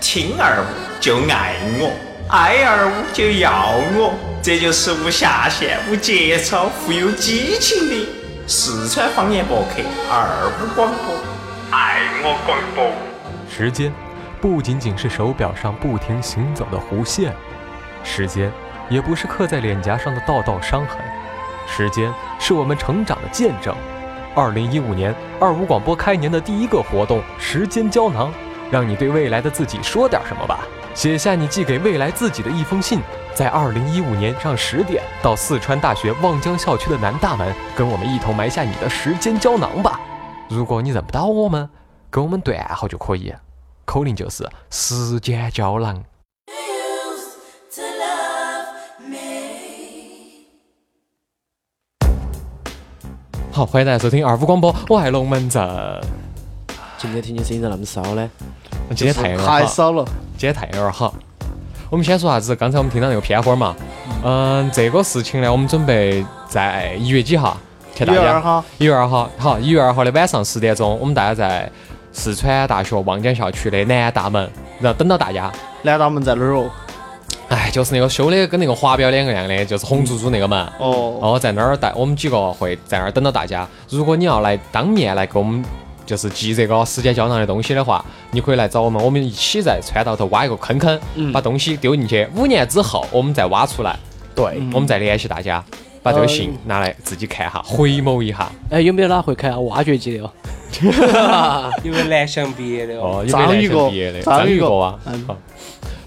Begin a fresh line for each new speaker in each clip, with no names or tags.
听二五就爱我，爱二五就要我，这就是无下限、无节操、富有激情的四川方言博客二五广播，爱我广播。
时间不仅仅是手表上不停行走的弧线，时间也不是刻在脸颊上的道道伤痕，时间是我们成长的见证。二零一五年二五广播开年的第一个活动——时间胶囊，让你对未来的自己说点什么吧。写下你寄给未来自己的一封信，在二零一五年上十点到四川大学望江校区的南大门，跟我们一同埋下你的时间胶囊吧。如果你认不到我们，给我们短号就可以，口令就是时间胶囊。
used to love me.
好，欢迎大家收听二五广播，我爱龙门阵。嗯
今天听你声音咋那么骚呢？
今天太阳
太
好。
骚了，
今天太有点好。我们先说啥子？刚才我们听到那个片花嘛，嗯，这个事情呢，我们准备在一月几号？去
一
大
月二
家
号，
一月二号，好，一月二号的晚上十点钟，我们大家在四川大学望江校区的南大门，然后等到大家。
南大门在哪儿哦？
哎，就是那个修的跟那个华标两个样的，就是红烛烛那个门。
哦，
哦，在那儿待，我们几个会在那儿等到大家。如果你要来当面来给我们就是记这个时间胶囊的东西的话，你可以来找我们，我们一起在川道头挖一个坑坑，把东西丢进去。五年之后，我们再挖出来，对，我们再联系大家，把这个信拿来自己看一下，回眸一下。
哎，有没有哪会开挖掘机的 哦？
因为南翔毕业的哦，
哦，有没有
章
男
鱼
生
哥
毕业的？
章鱼
章鱼
哥
哥啊。好，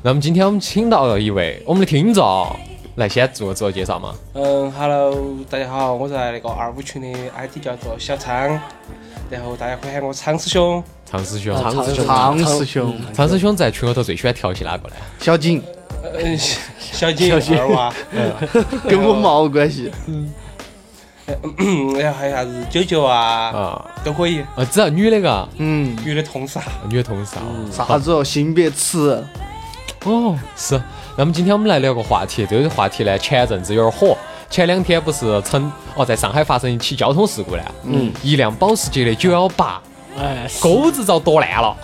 那么今天我们请到了一位我们的听众，来先做个自我介绍嘛。
嗯，Hello，大家好，我在那个二五群的 ID 叫做小昌，然后大家可以喊我昌师兄。
常师兄，
长师兄嗯
长师兄，
常师兄在群里头最喜欢调戏哪个呢？
小 景
嗯，小小啊景二娃，
跟我毛关系，
嗯，然后还有啥子九九啊，
啊。
都可以，
啊，只要女的嘎，
嗯，
女的通杀。
女的同事啊。
啥子哦，性别词，
哦，是。那么今天我们来聊个话题，这个话题呢，前阵子有点火。前两天不是成哦，在上海发生一起交通事故呢，嗯，一辆保时捷的918
哎，
钩子遭剁烂了，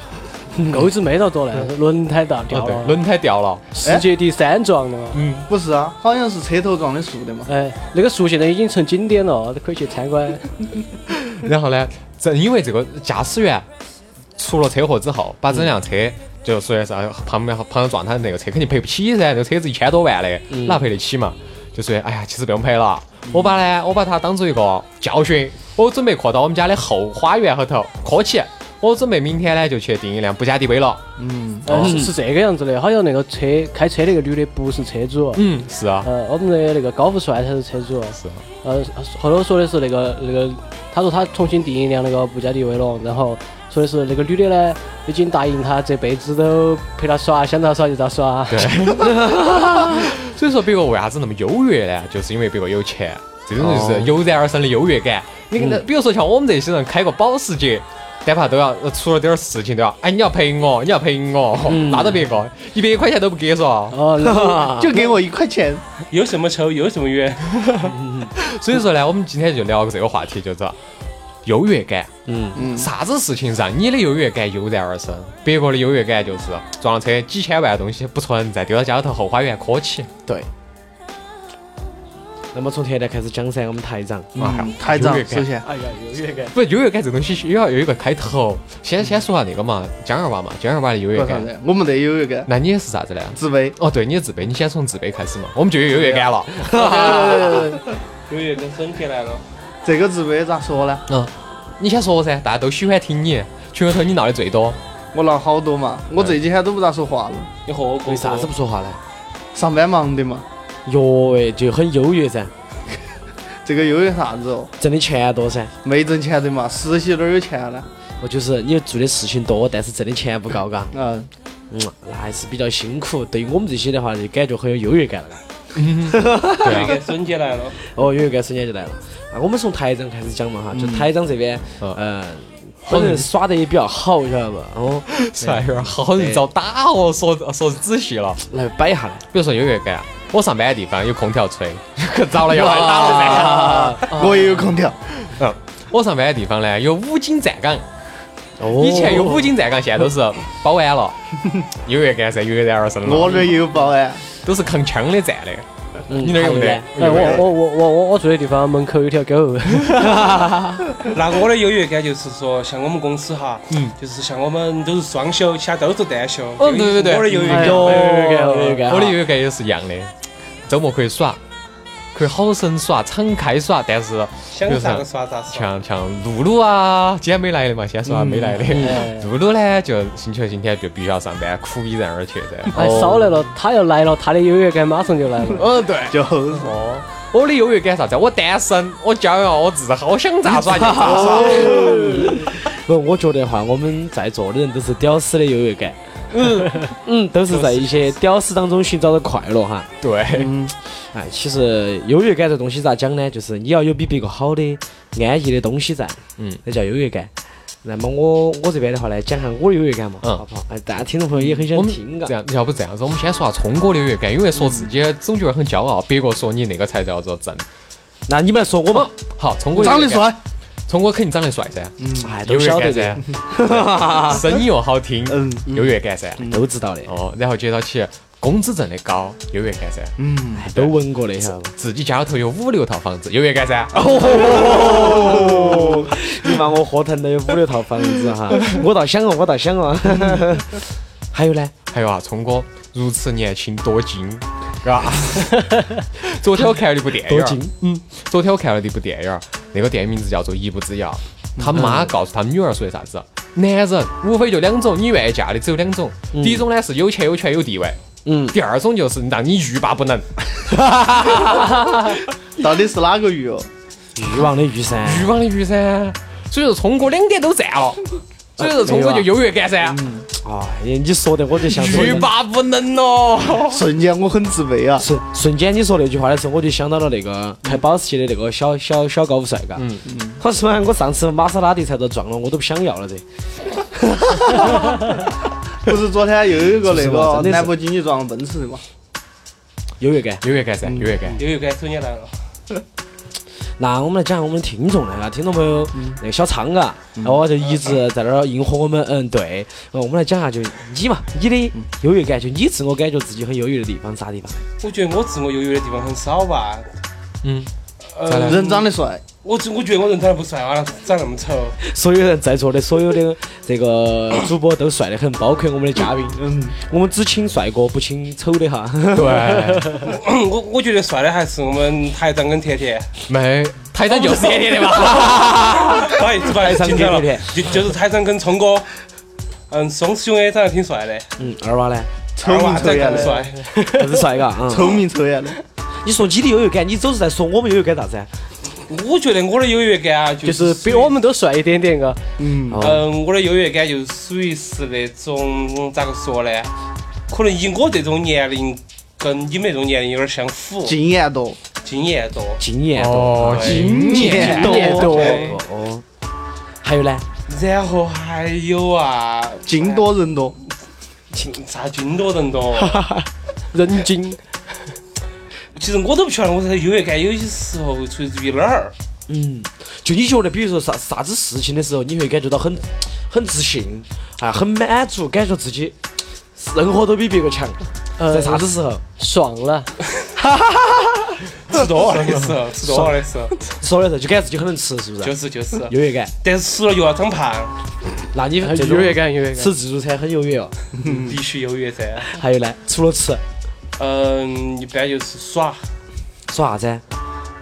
嗯
钩子没到多呢，轮胎倒掉
哦对，嗯
了，
轮胎掉了，
世界第三撞的嘛。
不是啊，好像是车头撞的树的嘛，
哎，那个树现在已经成景点了，可以去参观。
然后呢，正因为这个驾驶员出了车祸之后，把整辆车就说的是啊旁边朋友撞他的那个车肯定赔不起噻，那个车子一千多万的，哪赔得起嘛？就说哎呀，其实不用赔了，我把呢我把它当做一个教训，我准备刻到我们家的后花园后头刻起。我准备明天呢就去订一辆布加迪威了。
哎
哦
是是这个样子的，好像那个车开车那个女的不是车主，
嗯，是啊，
呃，我们的那个高富帅才是车主。
是啊，
呃，后头说的是那个那个，他说他重新订一辆那个布加迪威龙，然后说的是那个女的呢，已经答应他这辈子都陪他耍，想咋耍就咋耍。
对。 所以说别个为啥子那么优越呢？就是因为别个有钱，这种就是
哦
油然而生的优越感。你跟那
嗯
比如说像我们这些人开个保时捷，哪怕都要呃出了点儿事情都要，哎你要赔我，你要赔我，拉到别个一百块钱都不给说。
嗯哦，然 后
就给我一块钱，
有什么仇，有什么怨。
所以说呢，我们今天就聊个这个话题，就是优越感。
嗯
嗯，啥子事情让你的优越感油然而生？别个的优越感就是撞了车，几千万的东西不存在，丢到家里头后花园磕起。
对，
那么从现在开始讲噻，我们台长，
嗯，台长
优越，感
首先，
哎呀，优越感。
不，优越感这东西需要有一个开头。先先说下那个嘛，江二娃嘛，江二娃的优越
哎不啥
感。
子，我们得优越感，
那你也是啥子呢？
自卑，
哦，对，你也自卑，你先从自卑开始嘛，我们就有优越感了。
优越感升起来了，
这个自卑咋说呢？
嗯，你先说噻，大家都喜欢听你，群里头你闹的最多。
我闹好多嘛，我这几天都不咋说话了，
你和我哥
为啥子不说话呢？
上班忙的嘛，
哟喂，就很优越噻，
这个优越啥子哦？
挣的钱多噻。
没挣钱的嘛，实习哪儿有钱呢？
我就是你做的事情多，但是挣的钱不高，嘎，
嗯，
嗯，那还是比较辛苦。对于我们这些的话，就感觉很有优越感了。嘎
对
优越
啊，
感升起来了。
哦，优越感瞬间就来了。那我们从台长开始讲嘛哈，就台长这边，
嗯
嗯，本人耍得也比较好，晓得不？哦，
是啊，有点好人遭打哦，说说仔细了。
来摆一下来。
比如说优越感，啊我上班的地方有空调吹， 遭了要挨打了噻。
我也有空调，
我上班的地方呢有武警站岗，
哦
以前有五金站岗，现在都是保安了，有月干噻，有月干二生
我
了，
这儿也有哎保安，
都是扛枪的站的。
嗯
你那儿有没得
看？
哎，我我我我我我住的地方门口有条狗，
那我的优越感就是说，像我们公司哈，嗯，就是像我们都是双休，其他都是单休。
哦对对对嗯
我的优越
哎
感。
呦，
有干
我的有一个也是一样的，周末可以耍，可以好生耍，敞开耍，但是
想咋个耍咋耍。
像像露露啊，今天没来的嘛，先说没来的。 露露呢，就星期六、星期天就必须要上班，苦逼然而去噻。
哦
哎，少来了，他要来了，他的优越感马上就来了。
嗯，对。
就是
哦， 我的优越感啥子？我单身，我骄傲，我自豪，想咋耍就咋耍。
不，我觉得的话，我们在座的人都是屌丝的优越感。嗯嗯， 都是在一些屌丝当中寻找的快乐哈。
对，
哎，其实优越感这东西咋讲呢？就是你要有比别个好的、安逸的东西在，
嗯，
那叫优越感。那么我我这边的话呢，讲下我的优越感嘛，
嗯
好不好？哎，大家听众朋友也很想
我们
听啊
这
嘎。
样，要不这样子，我们先说下聪哥的优越感，因为说自己总觉得很骄傲，别个说你那个才叫做正。
那你们来说我嘛，
好，聪哥
长得，帅，
聪哥肯定长得帅噻，
哎，
嗯
都
优越
晓
感
得的
噻，， 声音又好听，
嗯
优越感噻。
都知道的，
哦，然后接到起工资挣得高，优越感噻。
嗯，
哎都闻过的，晓得不？
自己家里头有五六套房子，优越感噻。哦，
哦，你把我喝疼的有五六套房子哈，我倒想哦，我倒想哦。 还有呢，
还有啊，聪哥如此年轻多 金，嘎。 昨天我看了一部电影，
多金，
嗯，昨天我看了一部电影，那个电影名字叫做《一步之遥》。
嗯
他妈告诉他女儿说的啥子？男人无非就两种，你愿意嫁的只有两种。第一种呢是有钱有权有地位，
嗯，
第二种就是让你欲罢不 能，
到底是哪个鱼哦？
欲望的欲噻，
欲望的欲噻。所以说，聪哥两点都占 了，所以说聪哥就优越感噻，
哎呀，你说的我就想说
欲罢不能咯。
瞬间我很自卑啊，
瞬瞬间你说那句话的时候，我就想到了那个开保时捷的那个小小小高富帅，嘎。嗯嗯。我说嘛我上次玛莎拉蒂才遭撞了，我都不想要了这。
不是昨天又有一个那
是吧真
个
的是
兰博基尼撞奔驰的嘛？
优越感。
优越感噻，优越感。
优越感突然来了，
那我们来讲我们听众呢，啊，听众朋友，那个小昌啊，然后就一直在那儿应和我们，嗯，对，呃我们来讲下就你嘛，你的优越感，就你自我感觉自己很优越的地方啥地方？
我觉得我自我优越的地方很少吧。
嗯，咋
呃
了，
人长得帅，
我只我觉得我人长得不帅啊，长那么丑。
所有人在座的所有的这个主播都帅得很，包括我们的嘉宾，
嗯，
我们只请帅哥，不请丑的哈。
对。
我我觉得帅的还是我们台长跟甜甜，
没，台长就是甜甜的嘛。
不 好意思，不好
台
意思，
长
紧张
跟
了
甜，
就就是台长跟聪哥，嗯，松师兄也长得挺帅的，
嗯，二娃呢，
丑
二
名
娃
丑
长得
眼
更
的，
帅。
还是帅嘎，啊、
丑名丑眼的，
你说你的优越感，你总是在说我们优越感啥子啊？
我觉得我的优越感啊，就
嗯就是哦
属于
比我们都帅一点点个。
嗯，
呃
嗯，我的优越感就是属于是那种咋个说呢？可能以我这种年龄跟你们这种年龄有点相符，
经验多，
经验多。
经验
哦，今年
经验
多
对
哦。还 有呢？
然后还有啊，
经多人多，
哎呀啥军多人 多。
人精，
其实我都不晓得我这个优越感有些时候出自于哪儿。
嗯，就你觉得，比如说啥啥子事情的时候，你会感觉到很很自信啊，很满足，感觉自己任何都比别个强。
呃
在啥子时候？
爽了，
吃多了的时候， 吃多了的时候，
说的时候就感觉自己很能吃，是不？
就是是 就是。
优越感。
但是吃了又要长胖，
那你这种
优越感，优越感。
吃自助餐很优越哦。
必须优越噻。
还有呢？除了吃，
嗯，一般就是耍，
耍啥子？啊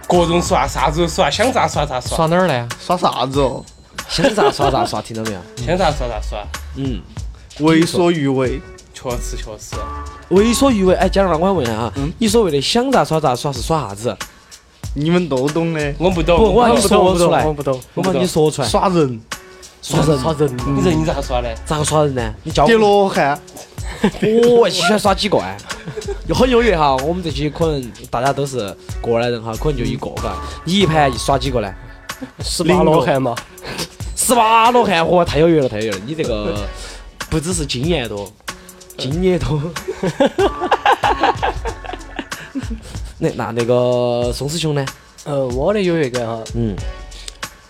各种耍，啥子都耍，想咋耍咋耍
耍，哪儿呢？
耍啥子哦？
想咋耍咋耍，听到没有？
想咋耍咋耍。
嗯，
为所欲为，
确实确实，
为所欲为。哎，家长，我想问一下啊，
嗯
你所谓的想咋耍咋耍是耍啥子？
你们都懂的，
我不懂，
不我还
我
你
不
说
懂，我
我
不
出
懂，
来
我不懂。
我把你说出来。
耍人，
耍人，
耍人，嗯
你人你咋耍的？
咋个耍人呢？你教
叠
我。
罗汉，
哦，一圈耍几个哎，又很优越哈。我们这些可能大家都是过来人哈，可能就一个嘎。你一盘一耍几个呢？
十八罗汉嘛，
十八罗汉，嚯，太优越了，太优越了。你这个不只是经验多，
呃
经 验多。那那那个宋师兄呢？
呃，我的优越感哈，
嗯，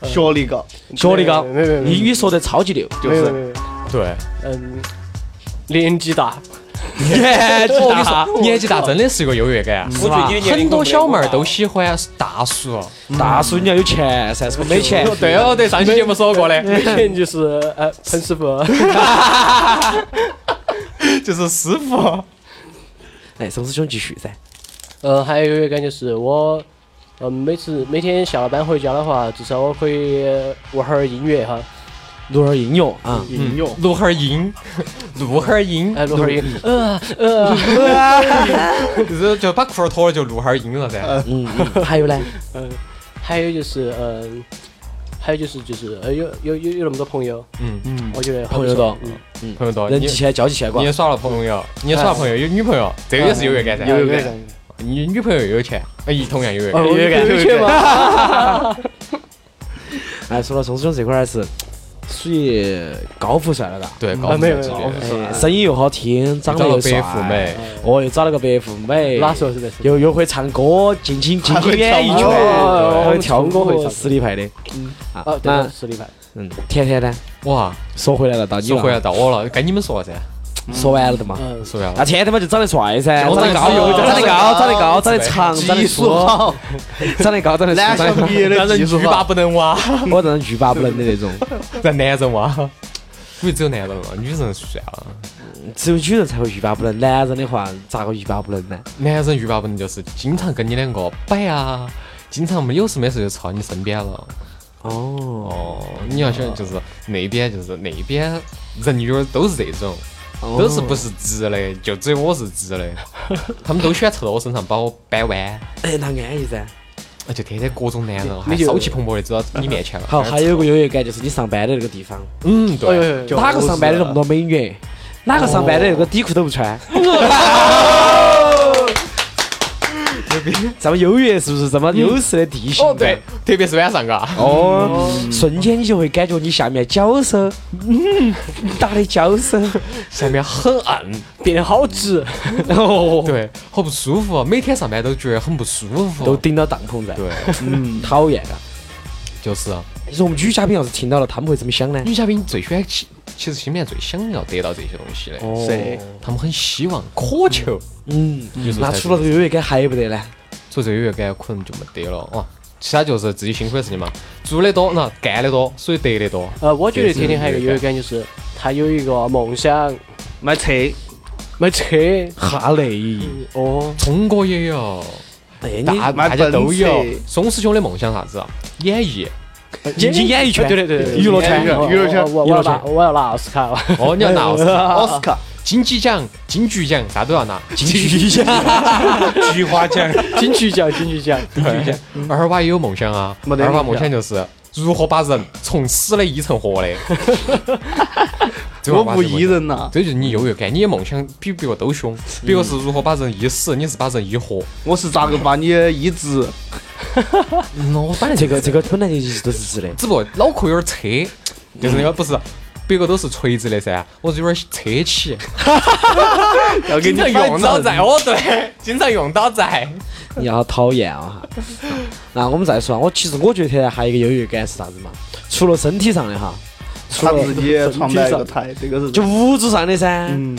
学历高，
学历高，
没没没
英语说得超级溜，
嗯
没有没有，
对，
嗯，年纪大，
年纪
我跟你
大
说，
年纪大真的哦是一个优越感，
我觉得你的年龄
很多小妹儿都
喜
喜欢大叔。哦
大叔你要有钱噻，是不是没钱？
对哦，对，上期节目说过 的，
没钱就是呃彭师傅，
就是师傅。
哎，宋师兄继续噻。
呃，还有一个感觉是我，嗯，每次每天下了班回家的话，至少我可以玩会儿音乐哈，
录点音乐啊，
应用
录嗯哈儿音，录哈儿音，
哎，录会儿音，呃呃，
就是呃就把裤儿脱了就录哈儿音了噻。
嗯，嗯还 有呢，
嗯，还有就是嗯。还有就是就是呃有有有有那么多朋友，
嗯嗯，
我觉得很
朋友
不错
多，
嗯
朋友多，
人
你
际圈交际圈
你
广
也，耍了朋友，你也耍了朋友，有女朋友，哎这个也是优越感噻。
有
有
点
点哦感
你女朋友又有钱，哎，同样优越感。
有点
有钱
吗？
吗？
哎，说到宋师兄这块儿还是属于高富帅了嘎。
对，高富
嗯啊没有
帅
没
之
有
类的。
哎，声音又好听，长得
找
又
呃了白富
帅，
美，
哦，又找了个白富美，
哪时候是的是？
又又会唱歌，进 京进京演艺圈，
哦
还会跳舞，
我们
会
中国
实力派的。啊
啊，，对
那
的，实力派。
嗯，甜甜呢？
哇，
说回来了，到啊你
说回来
了，
到我了，该你们说了噻，
说完了的嘛。
嗯，
说完
那
了。
天天嘛就长得帅噻，
我
长得
长得
高，
高
长得高，长得高，长得长，长得
技术
粗，
好，
长得高，长得
男
粗，长
小
得
毕业
男
的
人
技术
欲罢
好，
不能挖，
我让人欲罢不能的那种。
咱男人挖，因为只有男人了，女人算了。
只有女人才会欲罢不能，男人的话咋个欲罢不能呢？
男人欲罢不能，就是经常跟你两个摆啊，经常没有事没事就朝你身边了。
哦，
哦，你要想就是那边就是那边人鱼儿都是这种，都是不是直的，就只有我是直的，他们都喜欢凑到我身上把我掰弯，
哎，那安逸噻。
啊就天天各种男人还
你就
骚气蓬勃的走到你面前了。
好，还有一个优越感就是你上班的那个地方，
嗯对，
哎呦，
哪个上班的那么多美女？哪个上班的那个底裤都不穿？这么优越是不是？这么优势的地形？
哦对，，特别是晚上啊嘎，
哦，瞬间你就会感觉你下面脚手，打的脚手，
下面很暗，
变得好直，
哦，
对，好不舒服，啊每天上班都觉得很不舒服。
都顶到帐篷噻，
对，
讨厌啊！
就是啊
你说我们女嘉宾要是听到了，他们会怎么想呢？
女嘉宾最喜欢，其其实心里面最想要得到这些东西的，
哦
谁
他们很希望渴求。
嗯，
有时候
那
才
除了
是
这个优越感还不得呢？
所以这个优越感可能就没得了哦。其他就是自己辛苦的事情嘛，做的多，那干的多，所以得的多。
嗯
呃，我觉得天天还有一个优越感就是他有一个梦想，
买车，
买车。
哈雷，
哦，
聪哥也有，
哎，你
大
买
大家都
奔
有
驰。
松师兄的梦想啥子啊？演艺。
进进演艺圈，
啊对对对对
娱乐圈
娱乐，哎娱乐圈
我我我要拿我要拿奥斯卡，
哦，你要 拿奥斯卡
奥斯卡，
金鸡奖、金曲奖，啥都要拿。
进去一下。
菊花奖，
金曲奖金曲奖，
对，嗯二娃也有梦想啊，
没得
二娃
梦
梦
想
想就是如何把人从死的医成活 的。 这
我
娃娃
不
是梦想
依人呐，
这就是你优越感，你的梦想比别个都凶。别个是如何把人医死，你是把人医活。
我是咋个把你医 治？
嗯，我反正
这个这个本来就一直都是直 的，
只不过脑壳有点车，就是那个不是。别个都是垂直的噻，我有点车起，
要给
经
你
常用到
到
在，哦对，经常用到在。
你好讨厌啊！哈那我们再说啊，我其实我觉得天然还有一个优越感是啥子嘛？除了身体上的哈，除
他
了
自己创办一个台，这个是
就物质上的噻。
嗯，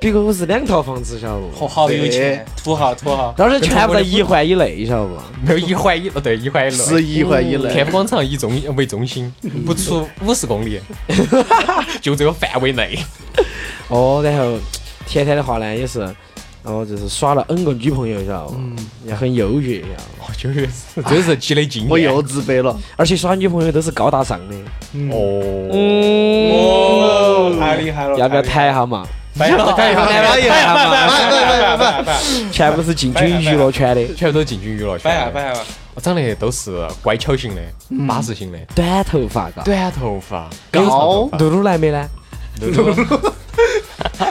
别个我是两套房子，晓得
土
不？
豪有钱，土豪土豪。
而且全部在一环以内，晓得
嗯
没
不？
有一环一哦对一环一
是
内，
一环以
天
内，
府广场以中为中心，不出五十公里， 就这个范围内。
哦，然后甜甜的话呢，也是，然后就是耍了 N 个女朋友，晓得不？
嗯
也很优越，晓得不？
哦，就是这是积累经验。
我又自卑了。
而且耍女朋友都是高大上的。
嗯
哦，
嗯
哦，太厉害了！
要不要
太
谈一下
厉
嘛？
害了？
谈一下，谈一下嘛！
拜拜拜拜拜，
全部是进军娱乐圈的，
全部都进军娱乐圈
摆
啊
下
了。
摆下吧。
我长得都是乖巧型的，巴适型的，
短头发嘎。
短头发，
高
有长啊头发
露露来没呢？
露露，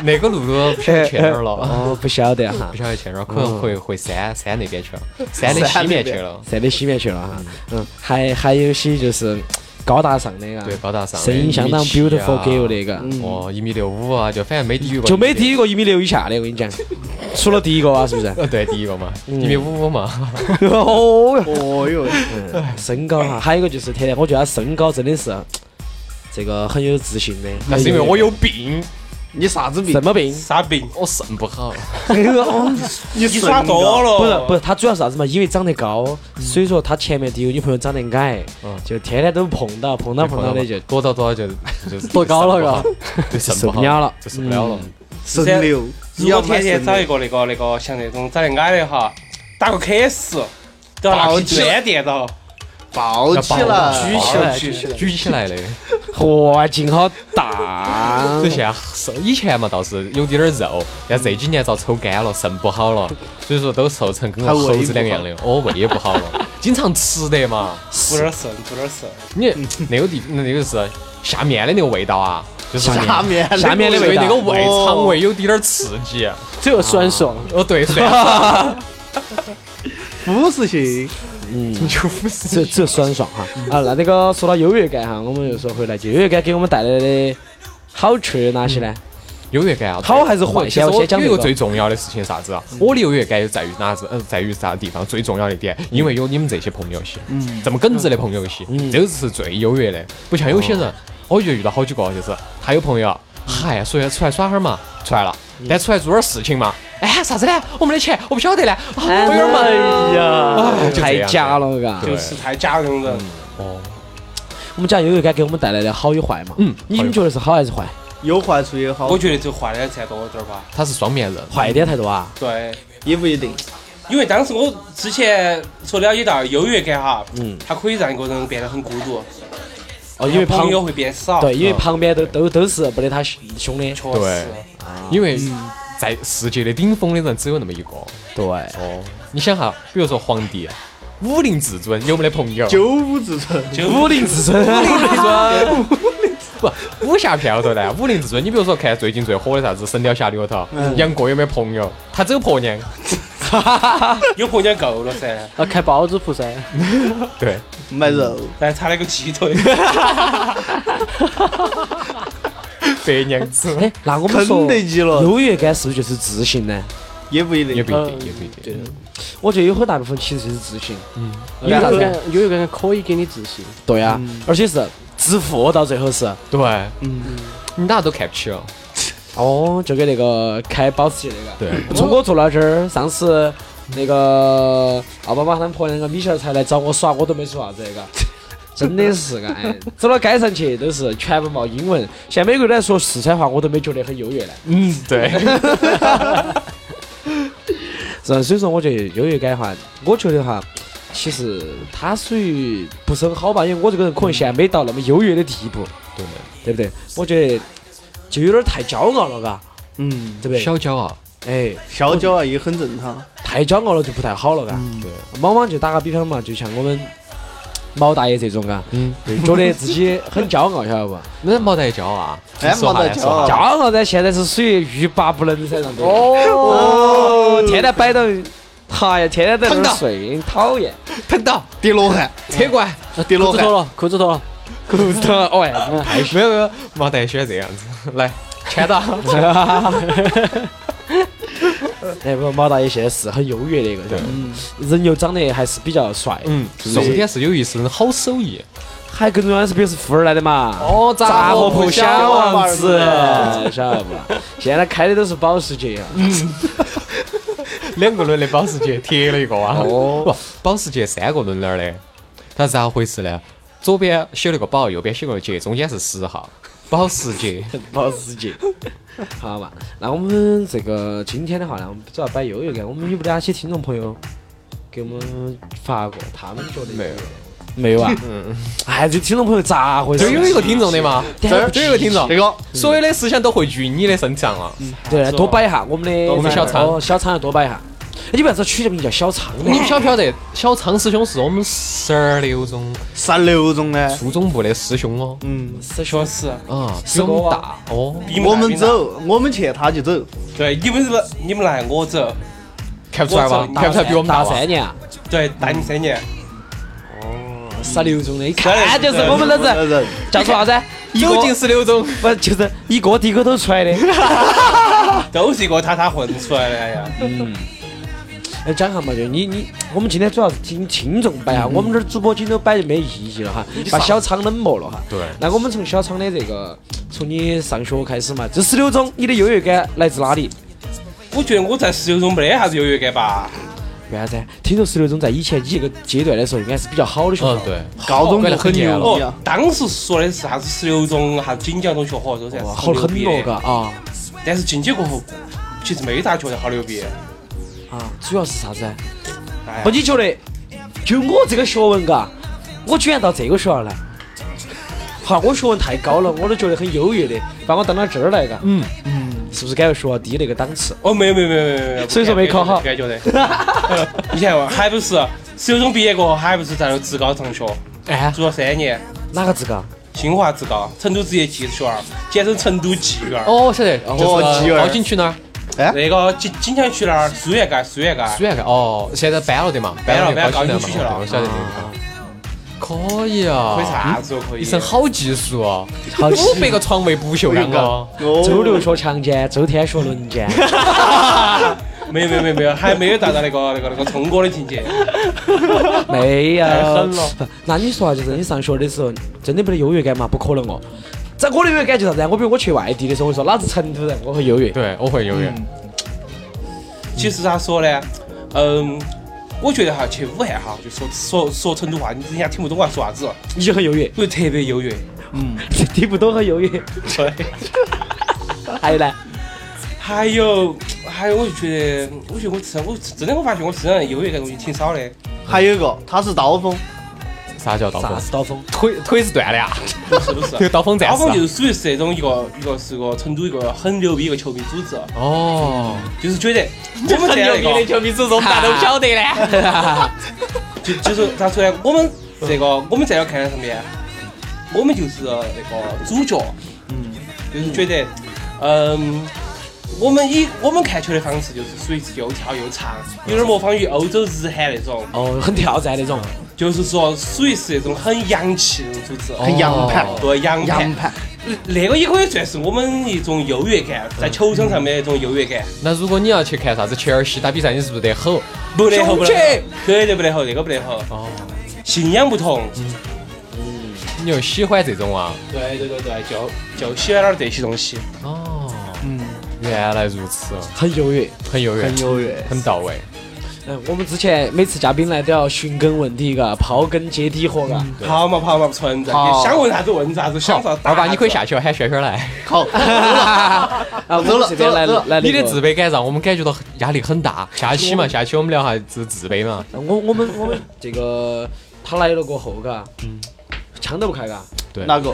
那个露露不晓得去哪儿 了，
哦，不晓得哈
不，晓得去哪儿，可能回回山山那边去 了，山的西面去了，
在那西面去了哈。嗯，还还有些就是高大上的啊，
对，高大上的，
声音相当
一米七啊
beautiful girl 的一个，
哦，一米六五啊，就反正没低于过，
就没低于过一米六以下的，我跟你讲，除了第一个啊，是不是？
呃，对，第一个嘛，一米五五嘛，
哦哟，
哦哟，
身高哈，还有一个就是特点，我觉得他身高真的是这个很有自信的。哎
那是因为我有病，
你啥子病
什？么病？
啥病？
我肾不好。哦
你耍多了，
不是不是，他主要是啥子嘛？因为长得高，所以说他前面第一个女朋友长得矮
嗯，
就天天都碰到，碰到碰 到的就
多 到多少就就是嗯
多高了嘎
嘎，对，肾
受
不好
不了了
就受不了了。
神
是
流，你
如
要
果
买
天天
神
找一
流，
个那个那个像那种长得矮的哈，打个 KS 都要拿
抱
起
起来
砖垫到，
抱起
要抱
来，
举
起来
举起来。
举起来的，
哇，劲好大
所以。现在瘦，以前嘛倒是有点儿肉，但这几年遭抽干了，肾不好了，所以说都瘦成跟个猴子两个样的，哦，胃也不好了，经常吃的嘛。
补点肾，补点肾。
你那个地那个就是下面的那个味道啊，就是
下面
下面的
因为
味道
那个胃肠胃有点点儿刺激。啊
这个酸爽，
哦，对，算
腐蚀性，
这这酸爽哈啊！那那个说到优越感哈，我们又说回来，就优越感给我们带来的好处有哪些呢？
优越感啊。
好还是坏
其实
先
我
先讲
有一
这个嗯
个最重要的事情是啥子啊？我的优越感又在于哪子？呃，在于啥地方？最重要的一点，因为有你们这些朋友些，
嗯
这么耿直的朋友些，这个是最优越的。不像有些人，我就遇到好几个，就是他有朋友，嗨，说要出来耍会儿嘛，出来了，
嗯
但出来做点儿事情嘛，哎，啥子呢？我们的钱我不晓得呢，啊
哎
我有点忙。哎就这
嗯太
样
假了，嘎！
对
就是太假那种人，
哦，
我们讲优越感给我们带来的好与坏嘛，
嗯
你们觉得是好还是坏？
有坏处也好
我，觉得就坏的占多点儿吧。
他是双面人，
坏点太多啊！
对，
也不一定。
因为当时我之前所了解到优越感哈，
嗯
它可以让一个人变得很孤独，
哦，因为旁
朋友会变少。
对，因为旁边都都都是没得他凶凶的，
确
对
实。
因为
嗯
在世界的顶峰的人只有那么一个。
对，
哦，你想哈，比如说皇帝，啊武林至尊有没得朋友？
九五至尊，
就
武林至尊，
不武侠片头呢，啊武林至尊，你比如说看最近最火的啥子《神雕侠侣》里头，杨过有没有朋友？他只有婆娘。
有嗯朋友够了噻，
要啊开包子铺噻。
对，
卖肉，
但是他那个鸡腿，
白娘子
哎，那我们
肯
说
德基了
优越感是不是就是自信呢？
也不一
也
定。
不一定，也不一定。
我觉得有很大部分其实就是自信，
优越感，优越感可以给你自信。
对啊，而且是致富到最后是，
对，嗯，你哪都看不起了。
哦，就跟那个开保时捷那个，
对，
从我坐到这儿，上次那个奥巴马他们婆娘个米歇尔才来找我耍，我都没说啥子那 个。真的是个，哎，走到街上去都是全部冒英文，现在每个人都在说四川话，我都没觉得很优越呢。
嗯，对，
是啊，所以说我觉得优越感哈，我觉得哈，其实它属于不是很好吧，因为我这个人可能现在没到那么优越的地步，
对
对不对？我觉得就有点太骄傲了，嘎，
嗯，
对不
的，
对？
小骄傲。
哎，
小骄傲也很正常。
太骄傲了就不太好了，嘎。
对，
往往就打个比方嘛，就像我们毛大爷这种，嘎，
嗯，
就觉得自己很骄傲，晓得不？
那毛得骄傲啊，
哎
说话
没
来
得
说话
骄
骄
傲
傲噻，现在是属于欲罢不能噻，让别人。哦，天天摆到，哎呀，天天在那
疼到
儿睡，讨厌。
疼到
叠罗汉，
车过来。
叠罗
裤子
汉，
脱了，裤子脱了，
裤子疼，哦哎，
哎，没有没有，毛蛋喜欢这样子，来签到。
哎，不，毛大爷现在是很优越的一个人，人又长得还是比较帅，
嗯，重点是有一身好手艺。
还更重要的是，别是富二代的嘛。
哦，
杂货
不
铺小王子
嗯，
晓得不？现在开的都是保时捷啊，
两个轮的保时捷贴了一个啊。
哦
不，保时捷三个轮轮的，它是咋回事呢？左边写了个宝，右边写了个捷，中间是十号。保时捷，
保时捷。好嘛，那我们这个今天的话呢，我们主要摆优越感，我们有哪些听众朋友给我们发过，他们觉得
没有
没有啊？嗯，哎，这听众朋友咋回 事？
这有一个听众的嘛？
这儿
哎这有一个嗯听众
这，个
所有的思想都汇聚于你的身上啊了。
对，多摆一下我们的
我们小仓
哦小仓要多摆一下。哎你为啥子取这个名叫小仓呢
你？们晓不晓得，小昌师兄是我们十二六中
三六中呢？
初中部的师兄哦。
嗯，
是
确实。
啊，师兄大哦，
比
我
那
们
比那，
走，我们去，他就走。
对，你们来，你们来，我走。
看不出来吧
我走？
看不出来比我们大
大
吧？
三年啊，
对，大你三年，
十六中的，一看就是我们这
那
是
人
叫做啥子？一
究
个
竟是六中，
不就是一个第一个都出来的，
都是一个他他混出来的呀。
哎，讲下嘛，就你你，我们今天主要是听听众摆哈，我们这儿主播今天都摆就没意义了哈，把小昌冷漠了哈。
对
那我们从小昌的这个，从你上学开始嘛，这十六中你的优越感来自哪里？
我觉得我在十六中没得啥子优越感吧，
为啥子？听说十六中在以前你这个阶段的时候，应该是比较好的学校。
嗯，对，
高中
管
就
得
很
很严
牛逼
哦
啊，，
当时说的是啥子十六中、啊啥子锦江中学好都算是
哇，好
牛
很
逼
多
的
嘎，啊
但是进去过后，其实没咋觉得好牛逼。
啊！主要是啥子？
哎呀
不，你觉得就我这个学问嘎，我居然到这个学校来，哈，我学问太高了，我都觉得很优越的，把我当到这儿来嘎，
嗯
嗯，是不是感觉学校低那个档次？
哦，没有没有没有没有没有，
所以说没考好
感觉的。 以前还不是十六中毕业过后，还不是在那个职高上学，
哎，
读了三年，
哪个职高？
清华职高，成都职业技术学院，简称成都技院。
哦，晓得，就
哦
是
鸡儿
高景区那儿，
那个锦锦江区那儿苏园街，苏园街
虽然看，哦，现在搬了的嘛，
搬了
了的
搬
高
了
景
高景
区
区
那
去
儿
了
嘛，我晓得那个地方。可以啊，
可以啥子都可以
一身好技术哦，
好技术
五百个床位不锈钢哦，
哦
周六学强奸，周天学轮奸。
没有没有没有没有，还没有达到那个那个那个聪哥的境界。
没有，
太狠了
不。那你说啊，就是你上学的时候，真的没得优越感嘛？不可能哦。在我的优越感就是啥子啊？我比如我去外地的时候，我说哪是成都人，我 很优越。
对，我会游泳。
其实咋说呢？嗯，我觉得哈，去武汉哈，就说说说成都话，人家听不懂我要说啥子，
你就很优越，
我就特别优越。
听不懂很优越。
对。
还有呢？
还有还有，我就觉得，我觉得我身上，我真的我发现我身上的优越感东西挺少的。
还有一个他是刀锋，
啥叫刀
啥
锋？
是刀锋？
腿腿是断的呀，
是不是
这？个刀锋战
高
士
峰
啊
就。是属于是那种一个一个是个成都一个很牛逼一个球迷组织，
哦，
就是觉得我们这样一个，
球迷组织，我们大家都不晓得呢。
就就是咋说呢？我们这个我们站到看台上面，我们就是那个主角，嗯，就是觉得，嗯。我们以我们看球的方式就是属于是又跳又唱，有点模仿于欧洲日韩那种，
哦，很挑战那种。
就是说属于是那种很洋气的那种组织，
很洋派，
对洋派
洋。派。
那个也可以算是我们一种优越感，在球场上面的一种优越感。
那如果你要去看啥子切尔西打比赛，你是不是得吼？
不得吼，不
兄
得
弟
吼，绝对不得吼，那个不得吼。
哦，
信仰不同，
你又喜欢这种啊？
对对对对，就就喜欢点儿这些东西。
哦，嗯，原来如此，哦
很优越。
很优越，很
优越
很到位。
嗯，我们之前每次嘉宾来都要寻根问底，嘎，刨根结底货，嘎。
跑嘛跑嘛不存在，
好
你想问啥子问啥子，想啥子打
二
啥
爸，
子
你可以下去了，喊轩轩来。
好，
啊，我们这边来
走了
来
你的
那个
自卑感让我们感觉到很压力很大。下期嘛，下期我们聊下自自卑 嘛。
我我们我们这个他来了过后，嘎，枪都不开，嘎，
对，
哪个？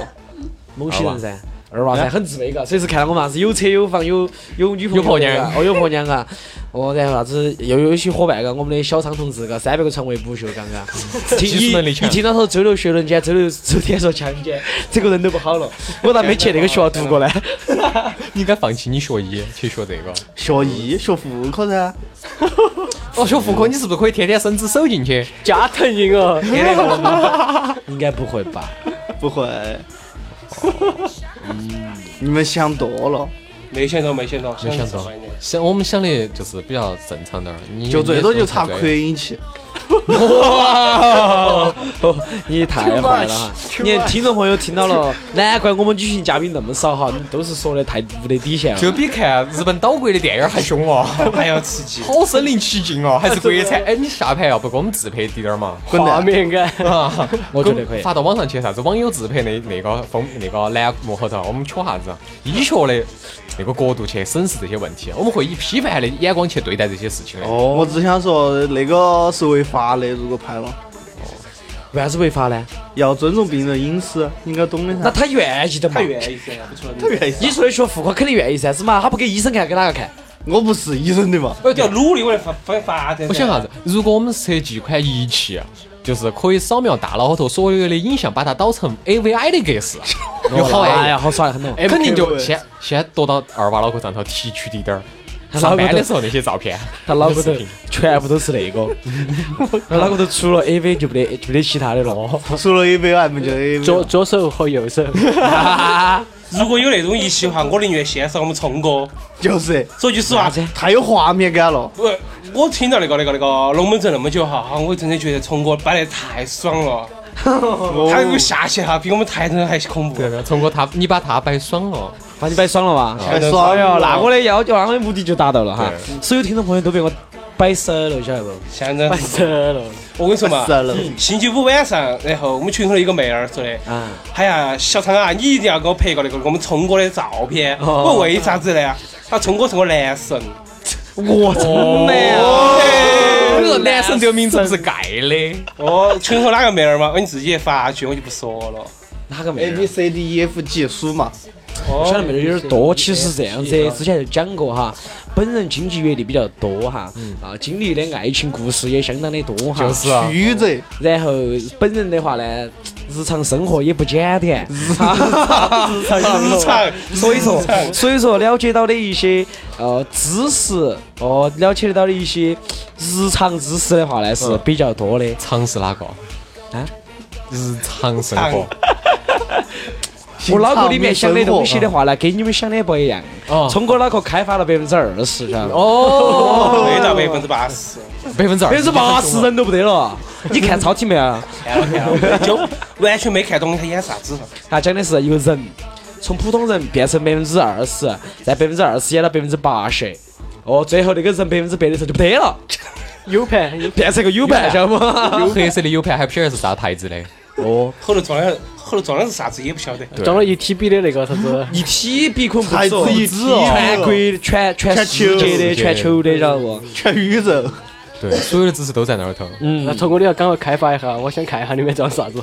某些人噻。二娃噻，很自卑嘎，所以是看到我们啥子有车有房有有女朋友
有婆
嘎
娘
哦有婆娘嘎，哦然后啥子又有一些伙伴嘎，我们的小昌同志嘎，三百个床位 不锈钢嘎，听
技
一
术能力
一
强
听到说周六学轮奸，周六周天说强奸， 这个人都不好了，我咋没去那个学校读过呢？
你应该放弃你学医，去学这个。
学医学妇科噻，
哦，学妇科，你是不是可以天天伸只手进去？
加藤鹰哦， 应该不会吧？
不会。嗯你们想多了，
没想到没想到，
没想
到
到，想我们想的就是比较正常点儿，你
就最多就差
你
扩
也是
音器。
哦，你太坏了哈！你看听众朋友听到了，难怪我们女性嘉宾那么少哈，你都是说的太无得底线
这么这样就比
了。
看日本岛国的电影儿还凶哦，
还要刺激。
好身临其境哦，还是国产。哎，你下盘要不给我们自拍滴点儿嘛？
滚蛋
画面感，
啊，
我觉得可以
发到网上去，啥子网友自拍那那个风那个栏目后头，我们缺啥子啊医学的那个角度去审视这些问题，我们会以批判的眼光去对待这些事情的。
哦，我只想说那个是违法的，如果拍了，
为啥子违法呢？
要尊重病人隐私，你应该懂的
那
噻。
他愿意的嘛
他？愿意噻，啊不存
他
在。
愿意
你，说的学妇科肯定愿意噻，是嘛？他不给医生看，给哪个看？
我不是医生的嘛。
我要努力，我来发发发展。
我想啥子？？如果我们设计一款仪器，就是可以扫描大脑后头所有的影像，把它导成 AVI 的格 式，啊有好
哎
哎
呀，好耍得很哦。
肯定就先先躲到二娃脑壳上头提取滴点儿。上班的时候那些照 片，
他脑壳
视
头
频
全部都是那个，他脑壳头除了 AV 就没得就没得其他的了。
除了 A V I 不就 A
左
V？
左手和右手，
如果有那种仪器的话，我宁愿先上我们聪哥。
就是
说句实话，
子
太有画面感了。
不，我听到那个那个那个龙门阵那么久哈，哈，我真的觉得聪哥摆得太爽了。他那个下限哈，比我们台灯还恐怖
对。的，通过他你把他摆爽了，
把你摆爽了吧？
太
哎
爽
哦，那我
的
的要求，那我的目的就达到了哈。所有听众朋友都被我摆折了，晓得不？
现在
摆折 了
我跟你说嘛，
死了，
星期五晚上，然后我们群头有一个妹儿说的，
啊！
哎呀，小昌啊，你一定要给我拍一个那个我们聪哥的照片。我为啥子呢？他聪哥是我男神。
我真的
你说
呀！
男神这个名字不是盖的，
哦，群头哪个妹儿嘛？你自己也发觉，我就不说了。
哪个妹
A B
儿？
C D E F G 数嘛，
我晓得妹儿有点多，其实是这样子，之前就讲过哈，本人经济阅历比较多哈，啊，经历的爱情故事也相当的多哈。
嗯就是啊，
曲子
然后本人的话呢，日常生活也不简单，日常
日常
所以说，所以说了解到的一些呃知识，哦，了解到的一些日常知识的话呢
嗯
是比较多的。
常是哪个？
啊？
日常生活。
我脑壳里面想的东西的话呢，跟你们想的不一样。
哦
聪哥脑壳开发了百分之二十，晓得吗？
哦，
没到百分之八十。
百分之二，
百分之八十人都不得了。你看超体没有？
看了看了，就完全没看懂他演啥子。
他讲的是一个人从普通人变成百分之二十，在百分之二十演到百分之八十，哦，最后那个人百分之百的时候就不得了，
有盘有
变成个 U 盘，晓得吗？
黑色的 U 盘还不晓得是啥牌子的，
哦，
后头装的，后头装的是啥子也不晓得。
装了一 TB 的那个啥子，
一 TB 可能
才
不止
子
哦，
一指哦
全国的、全全世界的、全球的，晓得不？
全宇宙，
对，嗯所有的知识都在那儿头。
那聪哥你要赶快开发一下，我想看一下里面装啥子。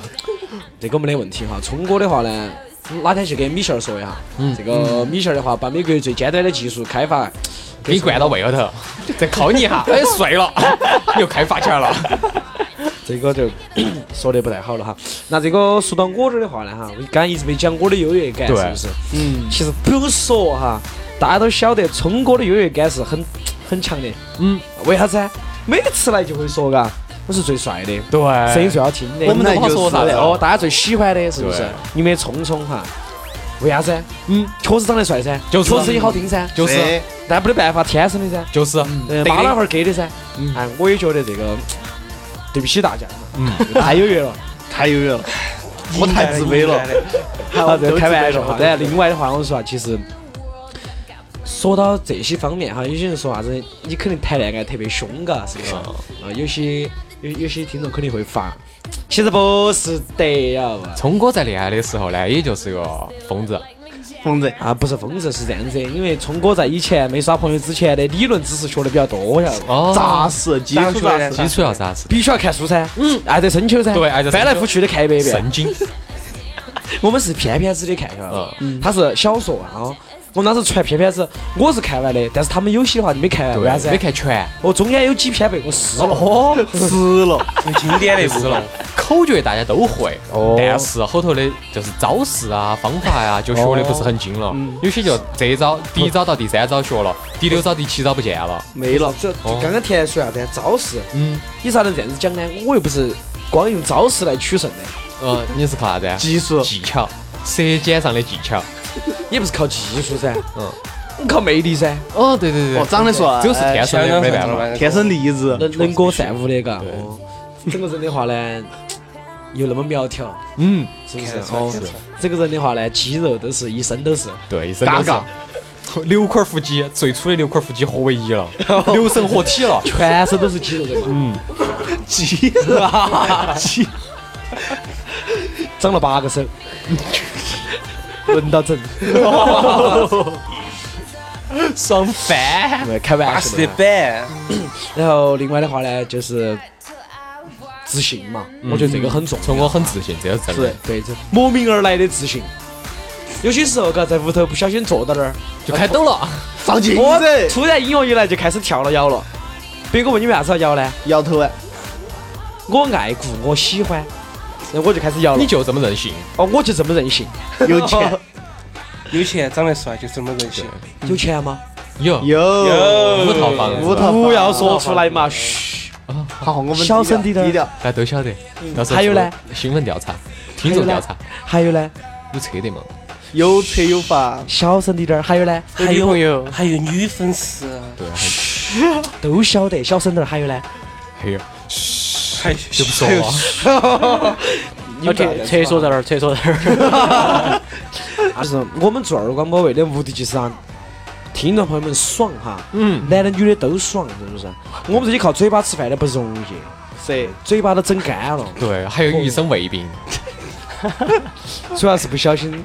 这个没得问题哈。聪哥的话呢，哪天去跟米歇尔说一下。这个米歇尔的话，把美国最尖端的技术开发，
给你灌到胃里头，再敲你一 下，哎，睡了，又开发起来了。
这个就 说的不太好了哈。那这个说到我这儿的话呢哈，我刚刚一直没讲我的优越感是
对
不是？嗯，其实不用说哈，大家都晓得聪哥的优越感是很 很强的。
嗯，
为啥子啊？每次来就会说嘎，我是最帅的，
对
声音最好听的，
本来
好
就
说
是
啥
的
了
哦，大家最喜欢的是不是
对？
你们的聪聪哈，为啥子？
嗯，
确实长得帅噻，
就是啊
确实声音好听噻，
就是
哎
但没得办法，天生的噻。
就是，
呃，
对
妈
的
老汉儿给的�噻。哎，我也觉得这个对不起 大家，太优越了。
太优越了，我太自卑了。
好，这个开玩笑哈。然后另外的话，我说啊，其实说到这些方面哈，有些人说啥子，你肯定谈恋爱特别凶，嘎，是不是？啊，有些有有些听众肯定会发，其实不是得呀，
聪哥在恋爱的时候呢，也就是个疯子，
疯子，
啊，不是疯子是这样子，因为聪哥在以前没耍朋友之前的理论知识学的比较多，晓得不？
哦，
扎实，基础扎实。
基础要扎实，
必须要看书噻，嗯，爱在深秋噻，
对爱在深
翻
秋
来覆去的看一百遍。
神经，
我们是片片子的看，晓得吧？他是小说啊，哦我们当时传片片子，我是看完的，但是他们有些的话就没看完，为啥子
对，？没看全，
哦，中间有几篇被我撕了。
哦，
死了，
最经典的一
是
部
了
了。，
口诀大家都会，
哦
但是后头的就是招式啊、方法呀，就学的不是很精
哦
了，有些就这一招，第一招到第三招学了，第六招、第七招不见了，
没了。就就刚刚田说啥子啊招式？嗯，你咋能这样子讲呢？我又不是光用招式来取胜的，
呃，你是靠啥子啊？
技术
技巧，舌尖上的技巧。
也不是靠技术噻，嗯，靠魅力噻。
哦，对对
哦，长得帅，哎
只有是天生的，没办法。
法
天生丽质，
能能歌善舞的，嘎。哦整个人的话呢，又那么苗条，
嗯，
是不是？哦，这个人的话呢，肌肉都是一身都是。
对，一身都是。 六块腹肌，最初的六块腹肌合为一 了，六神合体了。
全身都是肌肉的嘛。嗯，肌肉，啊肌， 长了八个手，轮到整，
爽翻！
没开
巴
玩笑
适的
的。
板，
然后另外的话呢，就是自信嘛，我觉得这个很重
从
要
我。很自信，嗯这是真
是
的。，
对，这慕名而来的自信。有些时候，嘎，在屋头不小心坐到那儿，
就开抖了，
上镜
我
子，
突然音乐一来就开始跳了摇了。别个问你为啥子要摇呢？
摇头啊，
我爱故，我喜欢，然后我就开始摇了
你。就这么任性。
哦，我就这么任性。
有钱
有钱长得帅就是这么任性。
有钱吗？
有
有
有
五套房
五
子，
套房
不要说出来 嘛，嘘。
好，我们
小声
低
点儿
低调，
大家都晓得。到时候
嗯还有呢？
新闻调查，听众调查，
还有呢，
有车得嘛？
有策有法，
小声滴点儿。还有呢，
还
还
有
有
朋友
还有女粉丝，啊
对， 还
都晓得，小声点儿。还有呢，
还有
还
就不说了。
而且厕所在那儿，厕所在那儿。
啊，就是我们做二广播为的目的就是让听众朋友们爽哈，
嗯，
男的女的都爽，是不是？我们这些靠嘴巴吃饭的不容易，
是
嘴巴都整干了，
对，还有一身胃 病。
主要是不小心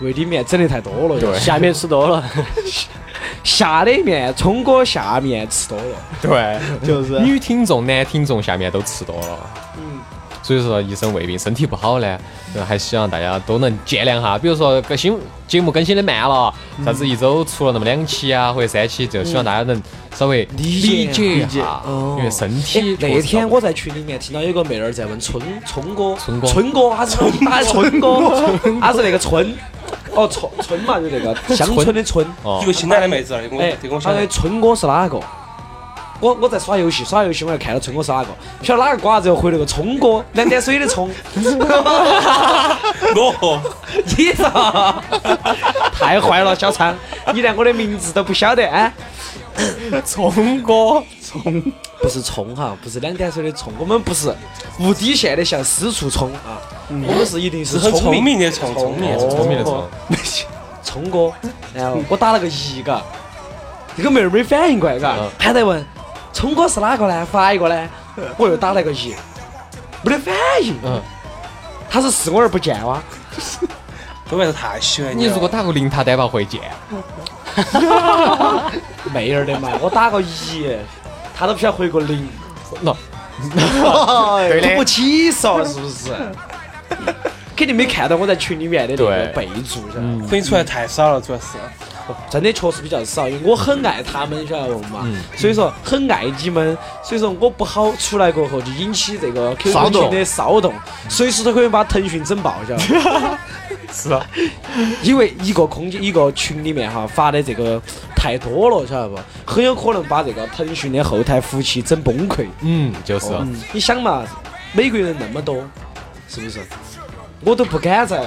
胃里面整的太多了。
对
下面吃多了，
下里面聪哥下面吃多了，
对，
就是
女听众、男听众下面都吃多了。
嗯
所以说一身胃病，身体不好呢，呃还希望大家都能见谅哈。比如说更新节目更新的慢了，
嗯
啥子一周出了那么两期啊，或者三期，就希望大家能稍微
理解
解一
理解
下，
哦
因为身
哎
体
那天我
我
在群里面听到有个妹儿在问春春哥，
春哥
春哥，他是他是春 哥，他是那个春，哦春春嘛，就那个乡村的春。
哦
一个新来的妹子而已，啊
哎
我这个我，
他
晓
说
得。
春哥是哪个？我我在耍游戏，耍游戏我就看到春哥是哪个，不晓得哪个瓜子又回了个冲哥，两点水的冲，
我
你咋？太坏了，小昌，你连我的名字都不晓得啊？
聪哥，
不是冲哈，不是两点水的冲，我们不是无底线的向私处冲啊，我们是一定
是
是
很
聪
聪
明
明的聪聪明
也
的
是
聪，
哦聪明的
哦
聪，
聪哥，然后我打了个一，嘎，这个妹儿没反应过来，嘎
嗯，
还在问聪哥是哪个呢？发一个呢？我又打了个一，没得反应。
嗯，
他是视我而不见哇？
都还是太喜欢
你
了
如果打个零，他担保会见。
妹儿的嘛， 我打个一，他都不晓得回个零，
那
对
都不起嗦，是不是？肯定没看到我在群里面的那个备注，晓得吧
可以出来太少了，主要是。
真的确实比较少，因为我很爱他们，晓得不嘛？所以说很爱你们，所以说我不好出来过后就引起这个 QQ
骚动
群的骚动，随时都可以把腾讯整爆，晓得吧？
是啊，
因为一个空间一个群里面哈发的这个太多了，晓得不？很有可能把这个腾讯的后台服务器整崩溃。
嗯，就是啊，
嗯，你想嘛，美国人那么多，是不是？我都不敢在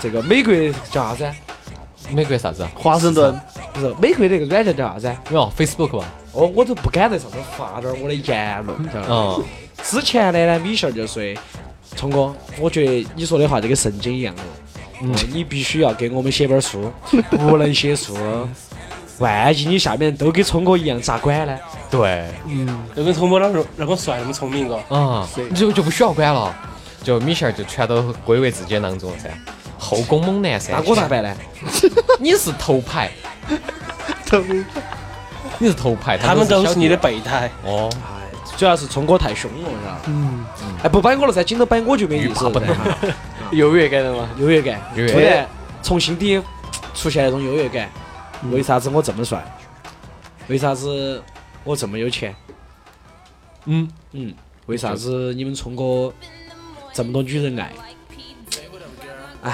这个美国叫啥子啊？
美国啥子啊？
华盛顿，
不是美国那个软件叫啥子啊？
哦，Facebook 吧，
哦，我都不敢在上头发点儿我的言论，晓得吧？
嗯，
之前的呢，米秀就说：“聪哥，我觉得你说的话就跟圣经一样的，嗯，你必须要给我们写本儿书， 不能写书。万一你下面都跟聪哥一样，咋管呢？
对，
那个聪哥那那么帅，那么聪明个，
啊，你就就不需要管了，就米歇尔就全都归为自己当中噻，后宫猛男噻。
那我咋？办呢？
你是头牌，头，你是头牌，
他们
都
都
小
是
弟
你的备胎。
哦，
哎，主要是聪哥太凶了，是吧？嗯，哎，不摆我了噻，紧头摆我就没意思了噻，哈
优越感的嘛，
优越感，
优越
突然从心底出现那种优越感。
嗯
为啥子我这么帅？为啥子我这么有钱？
嗯，
嗯，为啥子你们聪哥这么多女人爱？哎，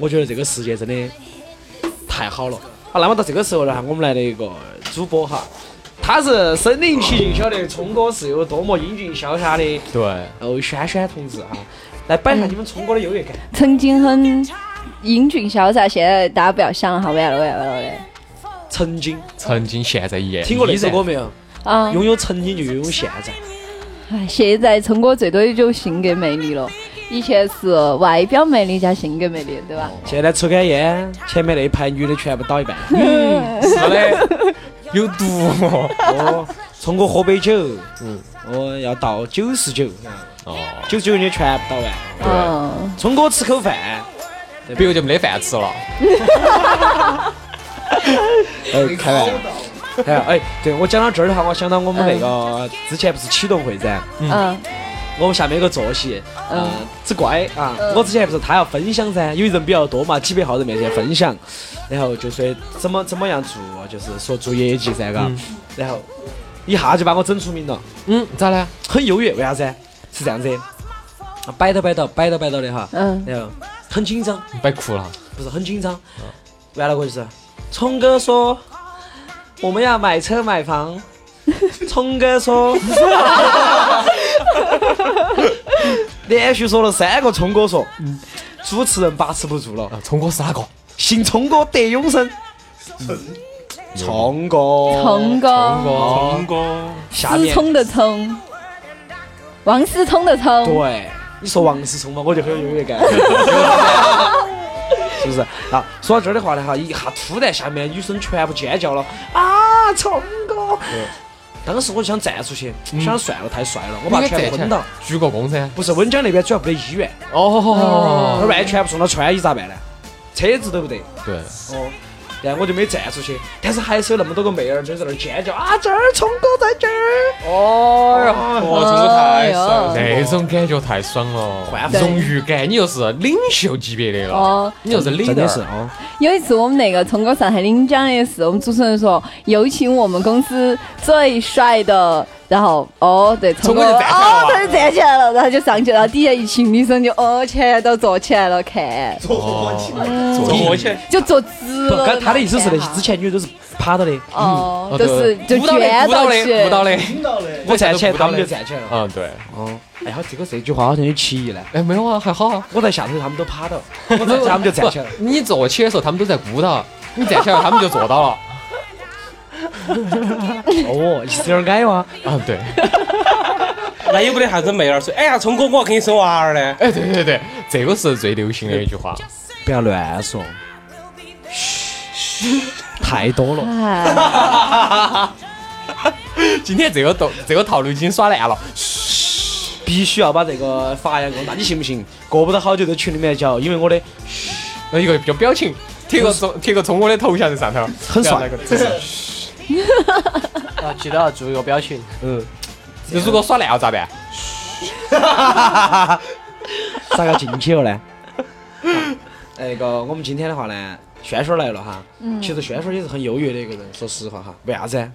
我觉得这个世界真的太好了。好，那么到这个时候呢，我们来了一个主播哈，他是身临其境，晓得聪哥是有多么英俊潇洒的
对，
哦，轩轩同志哈，来摆一下你们聪哥的优越感。
嗯
曾经很英俊潇洒，现在大家不要想了哈，完了完了完了。
曾经
曾经，现在依然。
听过那首歌没有？
啊，
拥有曾经就拥有现在。
唉现在聪哥最多也就性格魅力了，以前是外表魅力加性格魅力，对吧？
现在抽根烟，前面那一排女的全部倒一半。
是的， 有毒哦。
哦，聪哥喝杯酒，嗯，我要倒九十九，
哦，
九十九你全部倒完。
嗯，
聪哥吃口饭，
比如就没得饭吃了。
哎，开玩笑。哎哎，对我讲到这儿的话，我想到我们那个之前不是启动会噻，
嗯，
我们下面有个坐席，呃，只乖啊，我之前不是他要分享噻，因为人比较多嘛，几百号人面前分享，然后就说怎么怎么样做，就是说做业绩噻，嘎，然后一下就把我整出名了。
嗯，咋了？
很优越，为啥子？是这样子，啊摆到摆到摆到摆到的哈，
嗯
然后很紧张，
摆哭了。
不是很紧张，完了过就是，聪哥说我们要买车买房，聪哥说，连续说了三个聪哥说，
主持人把持不住了，
啊，聪哥是哪个？
姓聪哥得永生，聪哥，
聪哥，
哥，
哦
下
思
面
聪的聪，王思聪的聪，
对，你说王思聪嘛，我就很有优越感，是不是？啊，说到这儿的话呢，哈，一下突然下面女生全部尖叫了，啊，聪哥！当时我就想站出去，想算了，太帅了，我把
你应该站
全部
起
昏
来
倒。
鞠个躬噻。
不是温江那边主要不得医院，那
哦，
万一全部送到川医咋办呢？车子都不得。
对，
哦，然后我就没站出去，但是还是有那么多个妹儿就在那儿尖叫啊，这儿聪哥在这儿，哦，
哦，这个
哎
太帅了，
那种感觉太爽了，
对
荣誉感，你又是领袖级别的了，
哦，
你又是领
真
导
的，是哦，
有一次我们那个通过上海领奖也是，我们主持人说有请我们公司最帅的，然后哦对，聪哥
聪哥就站起来了
哦他就站起来了，然后就上去了，然后底下一群女生就哦全都坐起来了看，
坐起来。
就坐直
不，
了。
刚他的意思是
那
那
种
些之前女的都是趴到的，
哦
哦，
都是就
对舞蹈的
卷
舞蹈
到
的
去
舞，蹈的，
我站起来，
我
他
站
们
得
就
不高嘞
站起来了。
嗯，对，
哦，哎呀，这个这句话好像有歧义呢。
哎，没有啊，还好啊。
我在下头，他们都趴到，我站起来他们就站起来了。
不你坐起的时候，他们都在鼓捣；你站起来，他们就坐到了。
哦，是有点矮哇。
啊，对，
那有没得啥子妹儿说，哎呀，聪哥，我要给你生娃儿嘞？
哎，对对对，这个是最流行的一句话。
不要乱说，嘘，太多了。
哎，
今天这个套这个套路已经耍烂了。
必须要把这个发扬光大，你信不信？过不到好久在群里面叫，因为我的
那一个比较表情，贴个中贴个中我的头像在上头，
很帅
然后那个 姿势
啊，记得要做一个表情。
嗯，
那如果耍烂了咋办？
咋个进去了呢？哎那个我们今天的话呢，轩轩来了哈。其实轩轩也是很优越的一个人，说实话哈，为啥子啊？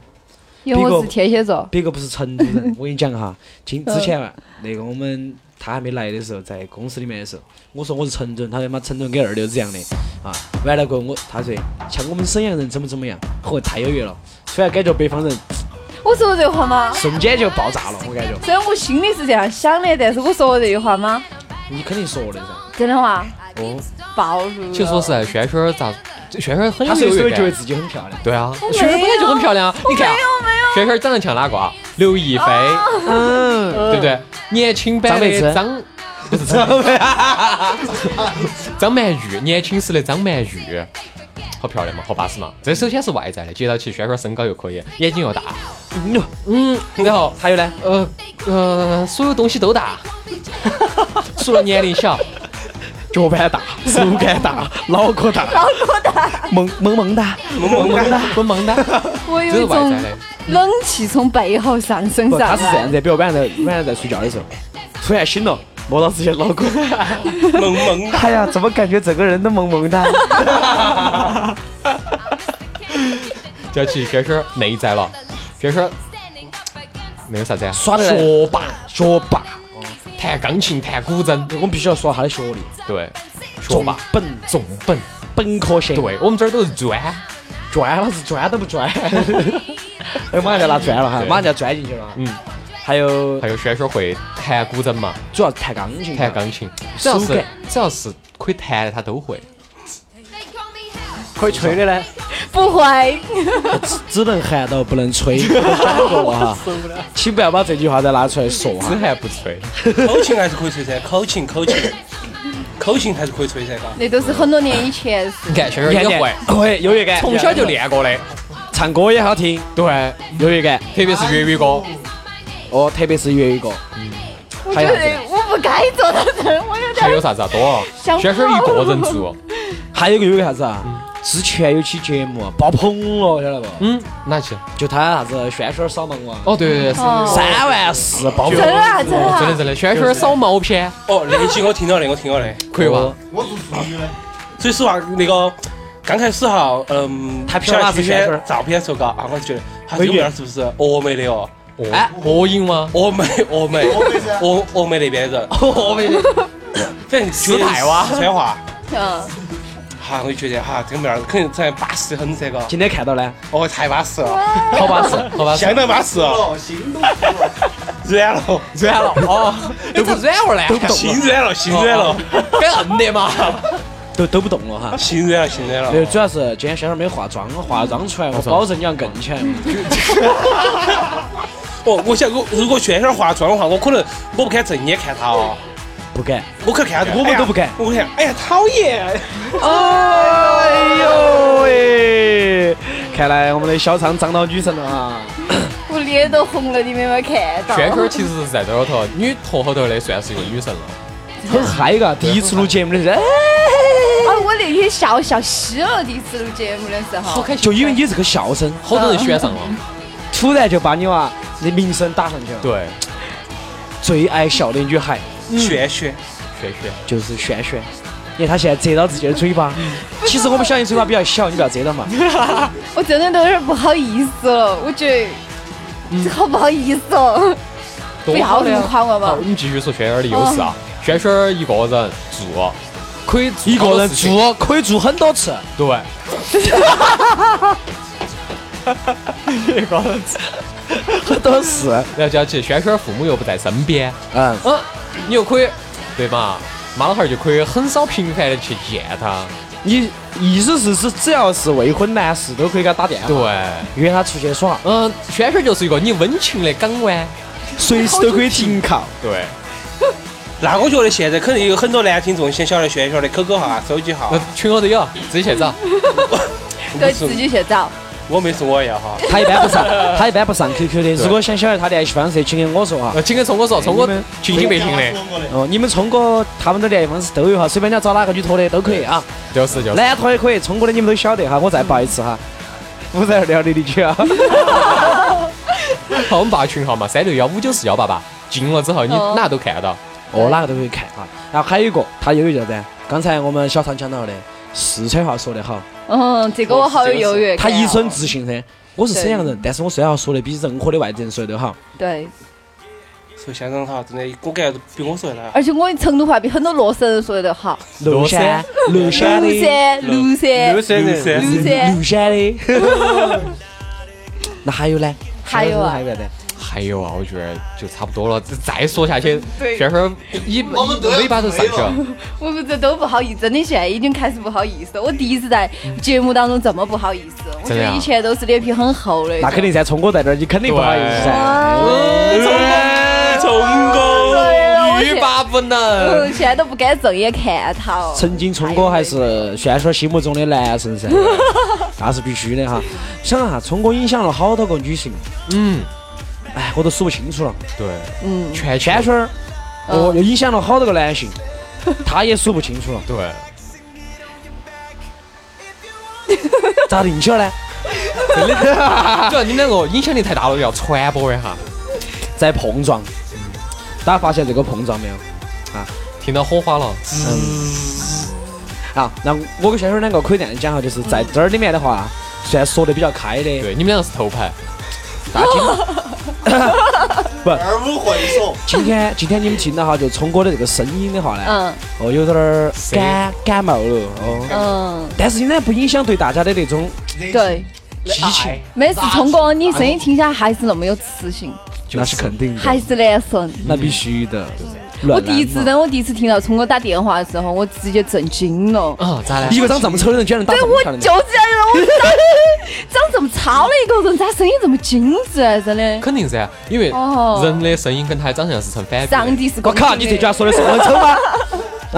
因为
别
我
个
是天蝎座，
别个不是成都 人，我跟你讲哈，今之前啊那个我们他还没来的时候，在公司里面的时候，我说我是成都人，他他妈成都人跟二流子一样的啊。完了过后我他说哎像我们沈阳人怎么怎么样，嚯太优越了，突然感觉北方人
我说过这话吗？
瞬间就爆炸了，我感觉
虽然我心里是这样想的，但是我说过这句话吗？
你肯定说的噻。
真的话，
哦，
暴露。
其实说实，在，轩轩儿咋？这轩轩儿很
他
有
随
优
时
越
会觉得
感。
自己很漂亮，
对啊，
我没有
轩轩儿本来就很漂亮啊！你看啊
没，有没有，
轩轩儿长得像哪个啊？刘亦菲，
哦
对不对？年轻版
嗯张柏芝
的 张，不是张，张曼玉，年轻时的张曼玉，好漂亮嘛，好巴适嘛。这首先是外在的，接到起轩轩儿身高又可以，眼睛又大，
嗯，
嗯，然后
还有呢，
呃呃，所有东西都大， 除了年龄小。
脚板大，手杆大，脑壳大，脑壳大，萌萌萌哒，萌萌萌哒，萌萌哒。
我
这
有
是
一
外
种
在的。
冷气从背后上升
不，
上
他是这
来
样。子，比如晚上在晚上在睡觉的时候，突然醒了，摸到自己的脑壳，
萌萌
哎呀，怎么感觉整个人都萌萌哒？
就要去轩轩儿内在了，轩轩儿那个啥子啊？
耍得来
学霸，
学霸，
弹钢琴，弹古筝，
我们必须要耍他的学历，
对，学
重
霸，
本
重本，
本科哎生，，
对我们这儿都是专，
专了是专都不专，哎，马上就要拿专了哈，
对
马上就要钻进去了。
嗯，
还有
还有轩轩会弹古筝嘛，
主要弹钢琴，啊
弹钢琴，只要
手
是
感
只要是可以弹的他都会，
可以吹的呢，
不会，
只能喊到不能 吹，我讲过了哈， 请不要把这句话再拿出来说
只
哈。
弹不吹。
口琴还是可以吹噻，口琴口琴口琴还是可以吹噻，嘎。
那都是很多年以前的事。
你看轩轩儿也会，
会优越感，
从小就练过的，
唱歌也好听，
对，
优越感
特别是粤语歌，
哦，特别是粤语歌。
我
还
觉
有
得我不该坐到这儿，我有
还有
点
啥子啊？多了，
想
轩
不
轩儿一个人住，
还有个有个啥子啊？之前有期节
啊
目爆棚了，晓得不？
嗯，哪去？
就他啥子轩轩扫盲王，
哦，对对对，是哦
哦
三万四爆
真
棚，
的啊真的
真的
啊，
真的，轩轩儿扫毛片
哦，那一期我听到的，我听到的。
可以
哦
吧？
所以说啊，那个刚开始哈，嗯，
他
漂
飘
亮
了
这
是
些
旋风
照片的时候，嘎，啊，我就觉得他这个妹儿是不是峨眉的哦？
哎，魔音吗？
峨眉，峨眉， 峨峨眉那边的 人，
我没
反正四
台哇
四川话。
嗯，
哈，我就觉得哈，这个妹儿肯定才巴适得很噻，嘎。
今天看到呢，
哦，太巴适了，
好巴适，好巴适。
相当巴适哦。软了，
软 了哦，都不软了呢，看
心软了，心软
哦
了，
该摁的嘛。
都都不动了
嗯
哈。
心软了，心软
没有，
了。
主要是今天轩儿没化妆，化了妆出来，我保证你要更强。
哦，我想我如果轩轩化妆的话，我可能我不敢正眼看他哦，
不敢，
我哎可看
我们都不敢
我看，哎呀，讨厌！
哦
哎呦喂！看来我们的小畅长到女神了啊！
我脸都红了，你们有没有看到？
圈圈其实是在这儿头女头后头的，算是一个女神了。
嗯
很嗨嘎，第一次录节目的时候，
啊，我那天笑笑稀了，第一次录节目的时候，
哎就因为你这个笑声，
好多人喜欢上
嗯
了，
突然就把你娃的名声打上去了。
对，
最爱笑的女孩
轩轩，
圈圈。
就是轩轩，因为她现在遮到自己的嘴巴。 其实我们晓得你嘴巴比较小，你不要遮到 嘛。
我真的都有点不好意思了，我觉得。好不好意思哦，不
多
要哦
好
这
的
么
呀！
夸我
好，
嘛
我！们继续说轩轩儿的优势啊。轩轩儿一个人住，可以做
一
好
个
多
人
事情，
住可以住很多次，
对，
很多次。
然后加起轩轩儿父母又不在身边，
嗯，
嗯，你又可以，对嘛？妈老汉儿就可以很少频繁的去见他，
啊你意思是是只要是未婚男士都可以给他打电话，
对。
约他出去耍，
嗯，轩轩就是一个你温情的港湾。
随时都可以停靠。
对，
那我觉得现在肯定有很多男听众想晓得轩轩的 QQ 号啊、手机号
那
啊，
群里头有，自己去 找。
对自己去找，
我没说我要哈。
他一般不上，他一般不上 QQ 的。如果想晓得他联系方式，请跟我说哈。
呃，请给聪哥说，聪哥
你们
群星被停的，
哦，你们聪哥他们的联系方式都有哈，随便你要找哪个女托的都可以啊，
就是就是。
男托也可以，聪哥的你们都晓得哈。我再报一次哈，五三二六六六九啊。
好，我们报群号嘛，三六幺五九四幺八八。进了之后，你
哦
哪都看得到。
哦，哪个都可以看啊。然后还有一个，他有一个叫啥子？刚才我们小常讲到的四川话说得好，
嗯，这个我好有优越
他
感哦。
一身自信噻。我是沈阳人，但是我虽然说得比任何的外地人说得都好。
对，
说相当好，真的，我感觉比我说的 还好。
而且我成都话比很多洛神人说的好。
庐山，庐山
庐
的，
山，庐山，
山人，
庐山，
庐山的。那还有呢？
还有啊
还有啥子？
还有啊，我觉得就差不多了，这再说下去，
对
轩轩一尾巴都上去了。
我不这都不好意思，真的现在已经开始不好意思了。我第一次在节目当中这么不好意思，我觉
真的
得
啊
以前都是脸皮很厚的。
那肯定噻，聪哥在这儿，你肯定不好意思噻。
聪哥，
哎呦
欲罢不
啊
能。
嗯，现在都不敢正眼看他哦。
曾经聪哥还是轩轩心目中的男神噻，那是必须的哈。想啊，聪哥影响了好多个女性，
嗯，
哎，我都数不清楚了。
对，
嗯，
圈
圈
圈。
圈儿，哦，又影响了好多个男性，他也数不清楚了。
对，
咋的？你晓得呢？
真啊的，主要你们两个影响力太大了，要传播一下。
在碰撞，大家发现这个碰撞没有？
听到火花了，
啊，那我跟轩轩两个可以这样讲哈，就是在这儿里面的话，虽然说的比较开的，
对，你们两个是头牌。
大家听。
二五会所，
今天今天你们听到哈，就聪哥的这个声音的话呢，
嗯
哦，有点儿
谁
感感冒了哦，
嗯，
但是仍然不影响对大家的那种
对，
激情，
每次聪哥，你声音听起来还是那么有磁性，
那是肯定
还
的，
是男神。
那必须的。
我
乱来
第一次，
嘛
等我第一次听到聪哥打电话的时候，我直接震惊了。
啊，咋
哦
了？
一个长这么丑的人居然能打
对，
这
我
么
就
漂
是
亮
这
的，
样的，我 长长这么糙的一个人，咋声音这么精致啊？真的，
肯定噻，因为
哦
人的声音跟他的长相是成反比
上
的。
帝是
我
公平
靠，
的。
你这句话说的是我很丑吗？啊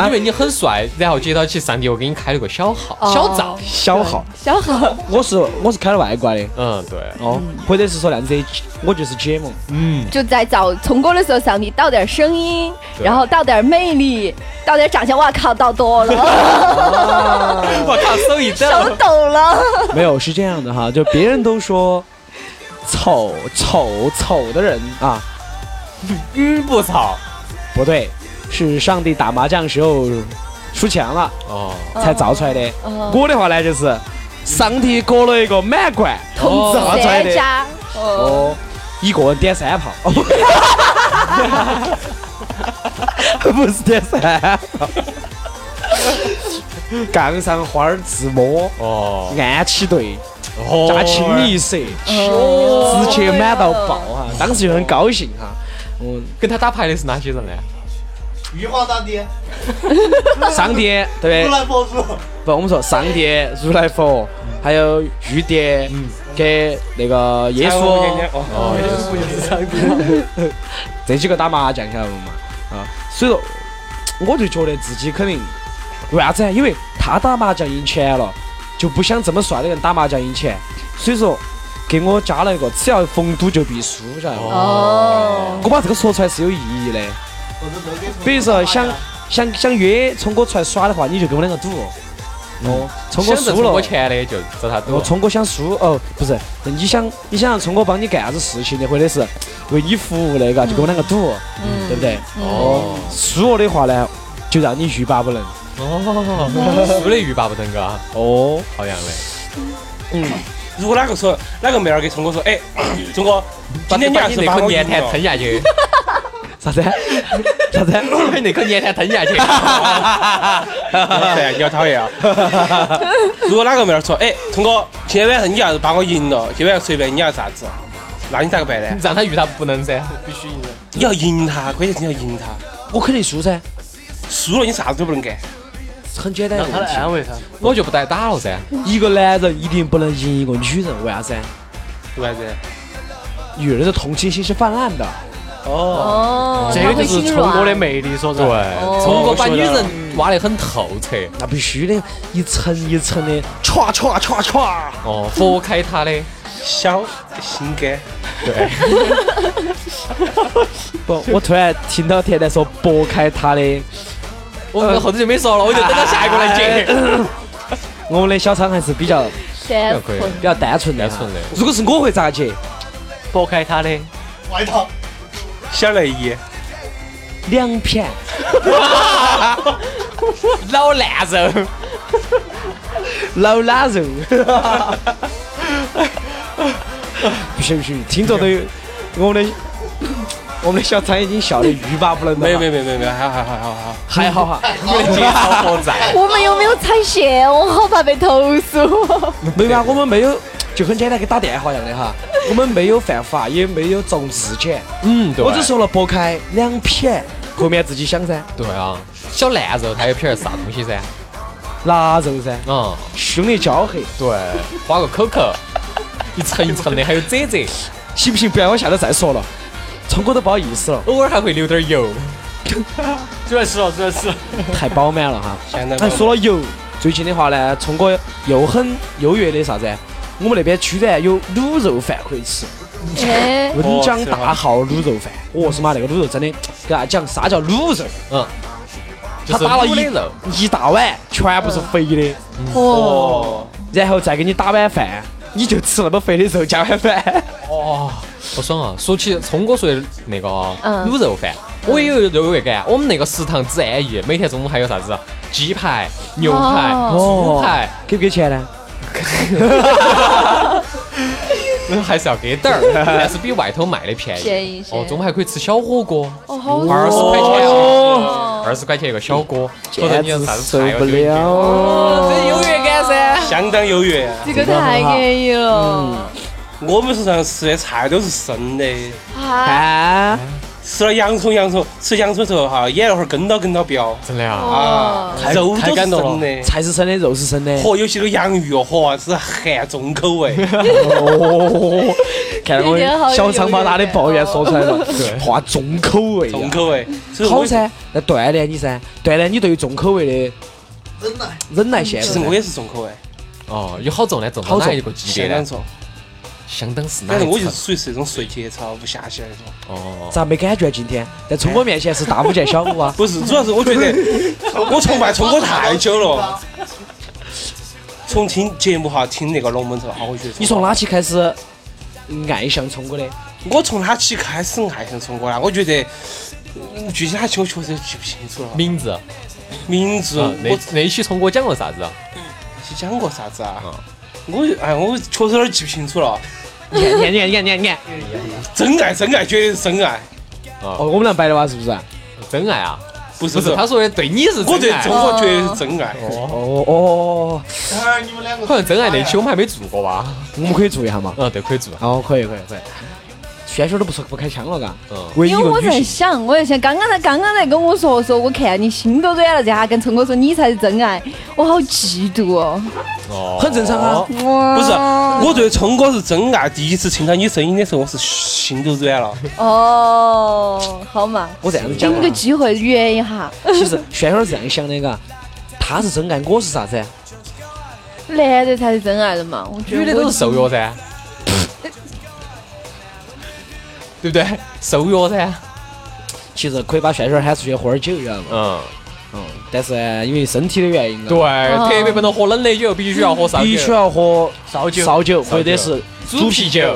因为你很帅，然后接到起上帝又给你开了个小号，
哦
小灶。
小号，
小号，
我是我是开了外挂的
嗯，对，
哦，或者是说那样子的，我就是解梦。
嗯，
就在找聪哥的时候，上帝倒点声音，
对
然后倒点魅力，倒点长相，哇靠，倒多了，
我靠，手一
手
抖，
抖了。
没有，是这样的哈，就别人都说 丑丑丑的人啊，
嗯，不吵。
不对，是上帝打麻将时候输钱了
哦，
嗯
才造出来的。
哦
我的话呢，就是上帝割了一个满贯，哦
同
造
志
出来
三
的。
家，哦，
哦，一个人点三炮，哦、不是点 三炮，杠上花儿自摸，
哦，
暗起对，
哦
加清一色。
哦
直接满到爆哈、当时就很高兴哈、嗯，
跟他打牌的是哪些人呢？
玉皇大帝、
上帝对不对？
如
嗯
来佛祖，
不，我们说上帝、如来佛，还有玉帝跟那个耶稣。
哦，
这几个打麻将晓得不嘛？啊，所以说，我就觉得自己肯定为啥子呢？因为他打麻将赢钱了，就不想这么帅的人打麻将赢钱。所以说，给我加了一个，只要逢赌就必输，晓得不？
哦，
我把这个说出来是有意义的。比如说想想想约聪哥出来耍的话，你就跟我两个赌。哦，聪哥
想着
输
充
了
过，钱的就找他赌
哦，。聪哥想输哦，不是，你想你想让聪哥帮你干啥子事情的，或者是为你服务的，嘎，就跟我两个赌，
嗯
对不对？
哦
输了的话呢，就让你欲罢不能。
哦，输的欲罢不能，嘎，
哦，
好样的。
如果哪个说哪个妹儿给聪哥说，哎，聪哥，今天你
把
还
你
是
那
把
颗
我
粘
赢
痰
了
吞，下去，
啥子？啥子？
把 你那颗粘痰吞 下去。
对，你要讨厌啊。如果哪个妹儿说，哎，聪哥，今天晚上你要是把我赢了，今晚上随便你要啥子，那你咋个办呢
你？让他遇他不能噻，
你要赢他，关键是你要赢他，
我肯定输噻，
输了你啥子都不能干。
很简单的
让他
问
来安
题。
慰他。
我就不带打了噻。
一个男人一定不能赢一个女人，为啥子？
为啥子？
女人的同情心是泛滥的。
哦，
这
他
个就
会
是
心
聪哥的
软，
魅力所在。
对，哦聪哥把女人挖得很透彻，
那必须的，一层一层的，歘歘歘歘。
哦，佛开他的。
小心肝，
对，
不，我突然听到甜甜说拨开他的，呃
我们 后头就没说了，我就等到下一个来 接。
我们的小仓还是比较
对
可以
比较单纯的哈。
单 纯的
如果是我会咋接？
拨开他的，
外套。
小内衣，
两片。
老烂人，
老腊肉。不行不行，听众都有我们的我们的小张已经笑得欲罢不能了。
没有没有没有没有没有，还好还好还好。
还好哈，
有点节操何在？
我们有没有踩线？我好怕被投诉。
没有啊，我们没有，就很简单跟打电话一样的哈，我们没有犯法，也没有中质检，
嗯，对。
我只说了拨开两撇，后面自己想噻，
对啊，小烂肉它有撇儿啥东西噻？
腊肉噻，
嗯，
兄弟交合，
对，画个 QQ，一层一层的，还有褶褶，
行不行？不然我下头再说了，聪哥都不好意思了，
偶尔还会流点儿油。
主要是哦，主要是
太饱满了哈。
现在
哎，说了油，最近的话呢，聪哥又很优越的啥子？我们那边居然有卤肉饭可以吃，
哎，
温江大号卤肉饭。我是妈，那个卤肉真的，给大家讲啥叫卤肉？
嗯，就
他
是
打了
卤的
一
肉，
一大碗，全部是肥的，
哦，
然后再给你打碗饭，你就吃那么肥的肉加碗饭。
哦，好爽啊！说起聪哥说的那个
嗯
卤肉饭，我也有优越感。我们那个食堂只安逸，每天中午还有啥子啊鸡排、牛排、
哦
猪排，
给不给钱呢？
还是要给点儿， 但是比外头卖的便宜。
便宜便宜
哦，中午还可以吃小火锅，
哦，好爽
二十块钱啊，
哦
二十块钱一个小锅，或者你要啥子
受
菜
不
要就
了。
哦，这优越感噻，
相当优越。啊
这个太安逸了，
我们手上吃的菜都是生的，
啊，
啊，
吃了洋葱洋葱，吃洋葱的时候哈，眼那会儿跟到跟到飙
真的啊。
啊，肉都
太
是
感
生
动了
的。
菜是生的，肉是生的。
嚯，有些个洋芋哦，嚯，是汉重口味。
哦，看来我
啊
们小张把他的抱怨说出来了，话重口味
哦重
呀，
口味，所以我
好。噻，那锻炼你噻，锻炼你对于重口味的忍耐忍耐限
其实我
制。
也是重口味，
哦，有好重呢，重到
好重
哪一个级别
相当
呢？
重，
相当是哪
但是
一
我就
层
是？属于是那种睡节操不下去那种。
哦，
咋没感觉今天在聪哥面前是大巫见小 巫啊？
不是，主要是我觉得 我崇拜聪哥太久了。从听节目哈，听那个龙门阵哈，我觉得
你从哪起开始爱上聪哥的？
我从他起开始爱上聪哥了，我觉得嗯具体他起我确实记不清楚了。名
名字，啊
名字
那
我
那一期聪哥讲了啥子啊？
是讲过啥子啊
嗯？
我哎，我确实有点记不清楚了。
你看，你看，你看，你看，你看，你看。
真爱，真爱，绝对是真爱，
哦，我们俩白的哇，是不是？
真爱啊？
不是
不是，他说的对你是
我对
真爱啊
中。国绝对是真爱。
哦哦，
哎，你们两个
好像真爱那期我们还没做过吧？
我们可以做一下嘛？
嗯，对，可以做。
哦，可以，可以，可以。
轩轩都不说不开腔了，嘎。
嗯，
唯一一
因为
个
我
女
在
性，
想，我在想，刚刚才刚刚才跟我说说，我看你心都软了，这下跟聪哥说你才是真爱，我好嫉妒哦。
哦，
很正常啊。
哇
不是，
哦
我对聪哥是真爱。第一次听到你声音的时候，我是心都软了。
哦，好嘛，
我这样子
给
讲
你
啊
个机会圆一下，
其实轩轩是这样想的，嘎。他是真爱，我是啥子？啊
男的才是真爱的嘛。我觉
女
得
的
我
都是受虐噻， 对不对？受虐噻，
其实可以把轩轩喊出去喝点儿酒，知道吗？
嗯，
嗯，但是呢因为身体的原因啊，
对，特别不能喝冷的酒，必须要喝烧酒，
必须要喝
烧酒烧
烧酒
酒
或者是
猪啤酒。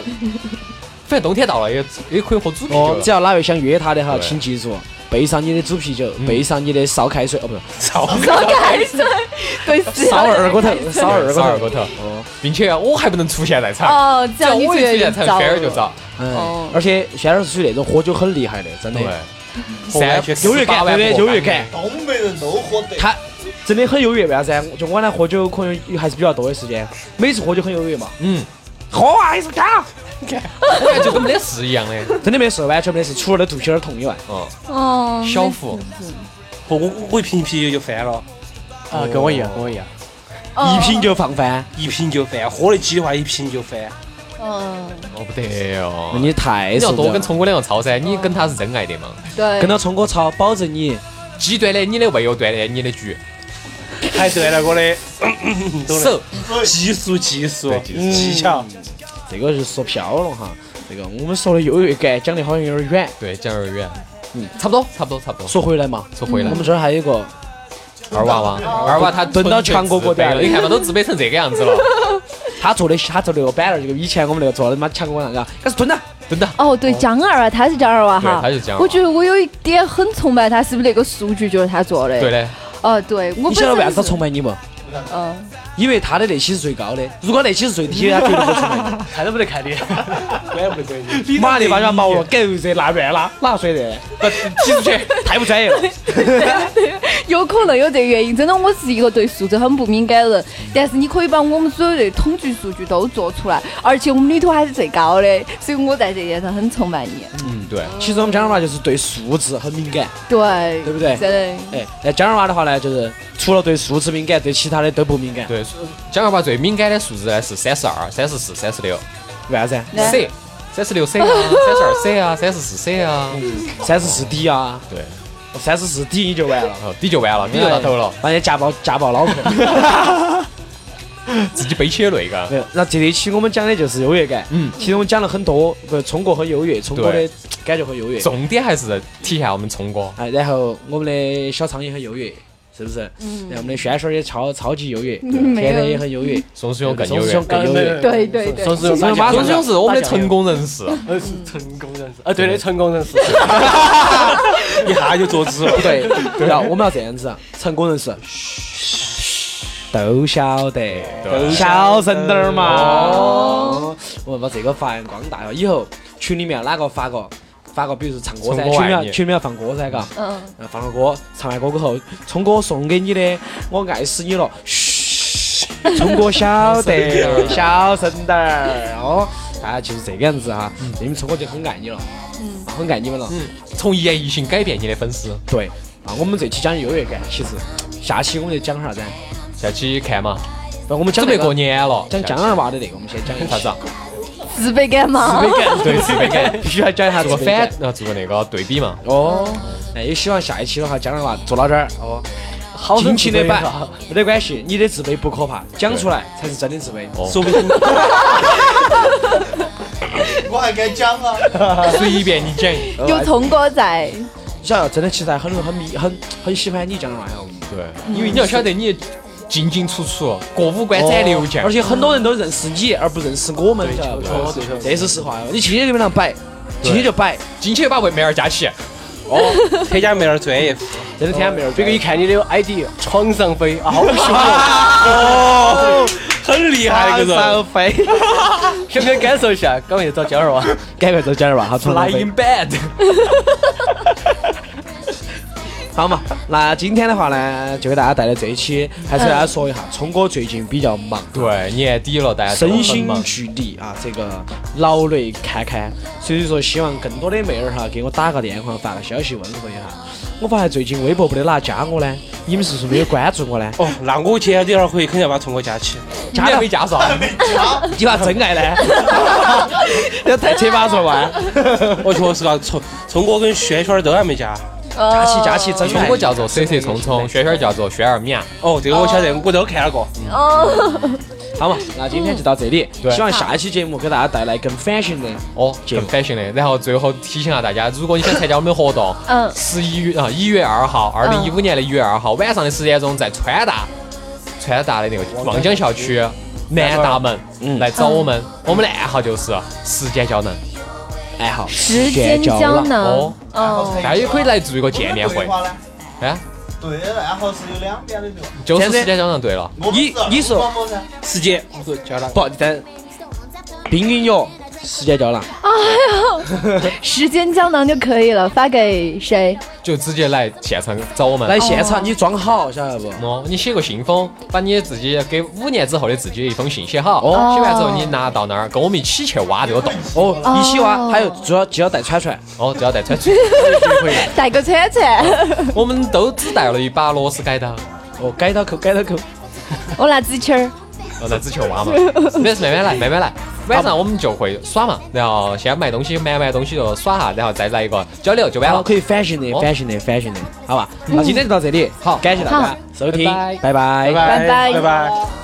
反正冬天到了也也可以喝猪啤
哦，只
酒，
要哪位想约他的哈，
对
请记住备上你的猪啤酒，
嗯
备上你的烧开水哦，不是
烧
烧开水，哎对，只
烧
要
二锅头，烧二锅
烧二
头。
锅头，
哦，
并且我还不能出现在场，
哦，只
只
要
要
你
我一出
觉
现
得
在场，轩儿就
糟了。
遭。
嗯
哦，
而且轩儿是属于那种喝酒很厉害的，真的
对，三
优越感，对不对？优越感，
东北人都喝得
他真的很优越，为啥子啊？就我呢，喝酒可能还是比较多的时间，每次喝酒很优越嘛，
嗯，
喝啊还是干，
感觉跟没得事一样的。
真的没事，完全没得事，除了那肚皮有点痛以外。
哦，
哦，
小福
我我我一瓶啤酒就翻了，
啊，跟我一样，跟我一样。
哦
一瓶。就放翻，
一瓶就翻，喝得起的话一瓶就翻。
嗯，
哦不得哦，
那你太
你要
受不
多
了
跟
了。
聪哥两个吵噻，你跟他是真爱的嘛。
对，
跟到聪哥吵，保证你
鸡断了你的胃，又断了你的局，
还对了我的， 懂了。
手
技术技术嗯
对技术
技巧，
这个就说飘了哈。这个我们说的优越感讲的好像有点远。
对，讲而远，嗯，差不多，差不多，差不多。
说回来嘛，
说回来
我们这儿还有一个
二娃娃，二娃他
蹲到全国各地啊
了，你看嘛，都自卑成这个样子 了，
他做的，他做那个板凳，就以前我们那个做的妈强过那个，他是蹲的，
真的。
哦，对，江二啊，他是江二娃
对，
哈
他。就这样。
我觉得我有一点很崇拜他，是不是那个数据就是他做的？
对。的，
哦，对，我
你
本
晓
身
得为啥子他
是
崇？拜你不？
嗯，
因为他的那期是最高的，如果那期是最低的，他绝对不崇拜你。
看都没得看你，
怪不得你。
马上就把人家毛了，狗日那乱拉，哪水的？
挤出去，
太不专业了。
有可能有这个原因。真的，我是一个对数字很不敏感的人，但是你可以把我们所有的统计数据都做出来，而且我们里头还是最高的，所以我在这点上很崇拜你。
嗯，对，
其实我们江儿娃就是对数字很敏感，
对，
对不对
真的。
哎，那江儿娃的话呢，就是除了对数字敏感，对其他的都不敏感。
对。江二娃最敏感的数字呢是三十二、三十四、三十六
为啥子啊？
来
C，三十六 C 啊，三十二 C 啊，三十四 C 啊，
三十四 D 啊，
对，
三十四 D 你就完了，
哦，底就完了，底就到头了，
把你家暴家暴脑壳。
自己背起了那个。
没有，那这一期我们讲的就是优越感。
嗯，
其实我们讲了很多，不是中国很优越，中国
对
的感觉很优越。
重点还是体现我们聪哥，
哎，然后我们的小昌也很优越，是不是？
嗯
然后我们的轩轩儿也超超级优越，
嗯没有
天天也很优越，
宋师兄更
宋
优
师
越
兄。更优
嗯
越。
对对对
说是
马
宋师兄
上
是我们的成功啊人士，
呃，是成功人士，
啊，对的，成功 人士。
一下就坐
啊
直了。
对，然后我们要这样子，成功人士。都晓得，
对
小声点儿嘛。哦我们把这个发扬光大了，以后群里面哪个发个发个，比如说唱歌噻，
唱歌
群里
爱你
面群里面放歌噻，嘎。
嗯，
呃，放了歌，唱完歌过后，聪哥送给你的《我爱死你了》， 嘘，聪哥晓 得，小声点儿哦。啊，就是这个样子哈，你们聪哥就很爱你了，嗯，很爱你们了。
嗯，从一言一行改变你的粉丝。
对，啊，我们这期讲优越感，其实下期我们就讲啥子？啊
下期看嘛，啊
不，我们讲
准
那
备
个
过年了，
讲江二娃的那个，我们先讲一
啥子
下
啊？
自卑感嘛。
自卑感，
对自卑感，
必须要讲一下自
做
卑
个
感
反，。然后做个那个对比嘛。
哦，那也希望下一期的话，江二娃做到这儿哦。
好
尽情的摆，
啊
没得关系，你的自卑不可怕，讲出来才是真的自卑。
哦，
说不定
我还敢讲啊？
随便你讲。
有聪哥在，
你晓得，真的其实还很很迷，很很喜欢你这样的玩意儿，
对，哦因为你要晓得你进进出出，过五关斩六将，
哦而且很多人都认识你，而不认识我们，晓得不？这是实话哟。你今天就往上摆，今天就摆，
进去把妹儿加 起。
哦，他家妹儿专业户，
真的天没人摆。
别个一看你的 ID，床上飞啊，好凶啊！
哦，很厉害的一个人。
上飞，
想不想感受一下？赶快去找江 二娃。
赶快走，讲点吧，哈，从来
Flying bad，
好嘛，那今天的话呢，就给大家带来这一期，还是给大家说一下，聪哥最近比较忙，
对，年底了，大家都
身
很
心
忙
俱疲啊，这个劳累堪堪，所以说希望更多的妹儿哈给我打个电话、发个消息问候一下。我发现最近微博不得哪加我呢？你们是不是没有关注我呢？
哦，那我今天第二回肯定要把聪哥加起。
你还没加 上，
你把真爱呢？要太扯把说完，
我确实啊，聪聪哥跟轩轩都还没加。
加
加
起加起真
聪
爱。
哥叫做色色聪聪，轩轩叫做轩儿淼。
哦，这个我晓得，我都看了过。
哦，，
好嘛，那今天就到这里，
对
希望下一期节目给大家带来更 fashion 的。
哦，
节
更
目
fashion 的。然后最后提醒下大家，如果你想参加我们的活动
嗯
十一月啊一月二号，二零一五年的一月二号晚上的十点钟，在川大川大的那个望江校
哦
区南大门
嗯
来找我们。我们的暗号就是时间胶囊，
爱好
时间胶
了
囊
哦，
哦，
大家也可以来做一个见面会。哎，
嗯对的暗号是有两边的对吧？
就是
真的
时间胶囊对了，
我们
你
是
你说
我帮忙噻
时间，我说加了。
不，你等冰冰哟，时间胶囊，
时间胶囊就可以了，发给谁？
就直接来现场找我们。
来现
哦
场你装好，晓得不？
哦，你写个信封，把你自己给五年之后的自己的一封信写好。
哦
写完之后你拿到那儿，跟我们一起去挖这个洞。
哦，
哦
一起挖，还有主要就要带串串，
哦，就要带穿出。
带个铲铲，
我们都只带了一把螺丝改刀，
哦，改到扣，改到扣，
我拿纸签儿。
哦，那只去挖嘛。没事，慢慢来，慢慢来。晚上我们就会耍嘛，然后先买东西，买完东西就耍哈，然后再来一个交流就完
然后
了。
可以 fashion 的
哦
，fashion 的，fashion 的，好吧？那今天就到这里，好，感谢大家
好
收听
拜，
拜拜。
拜拜
拜拜。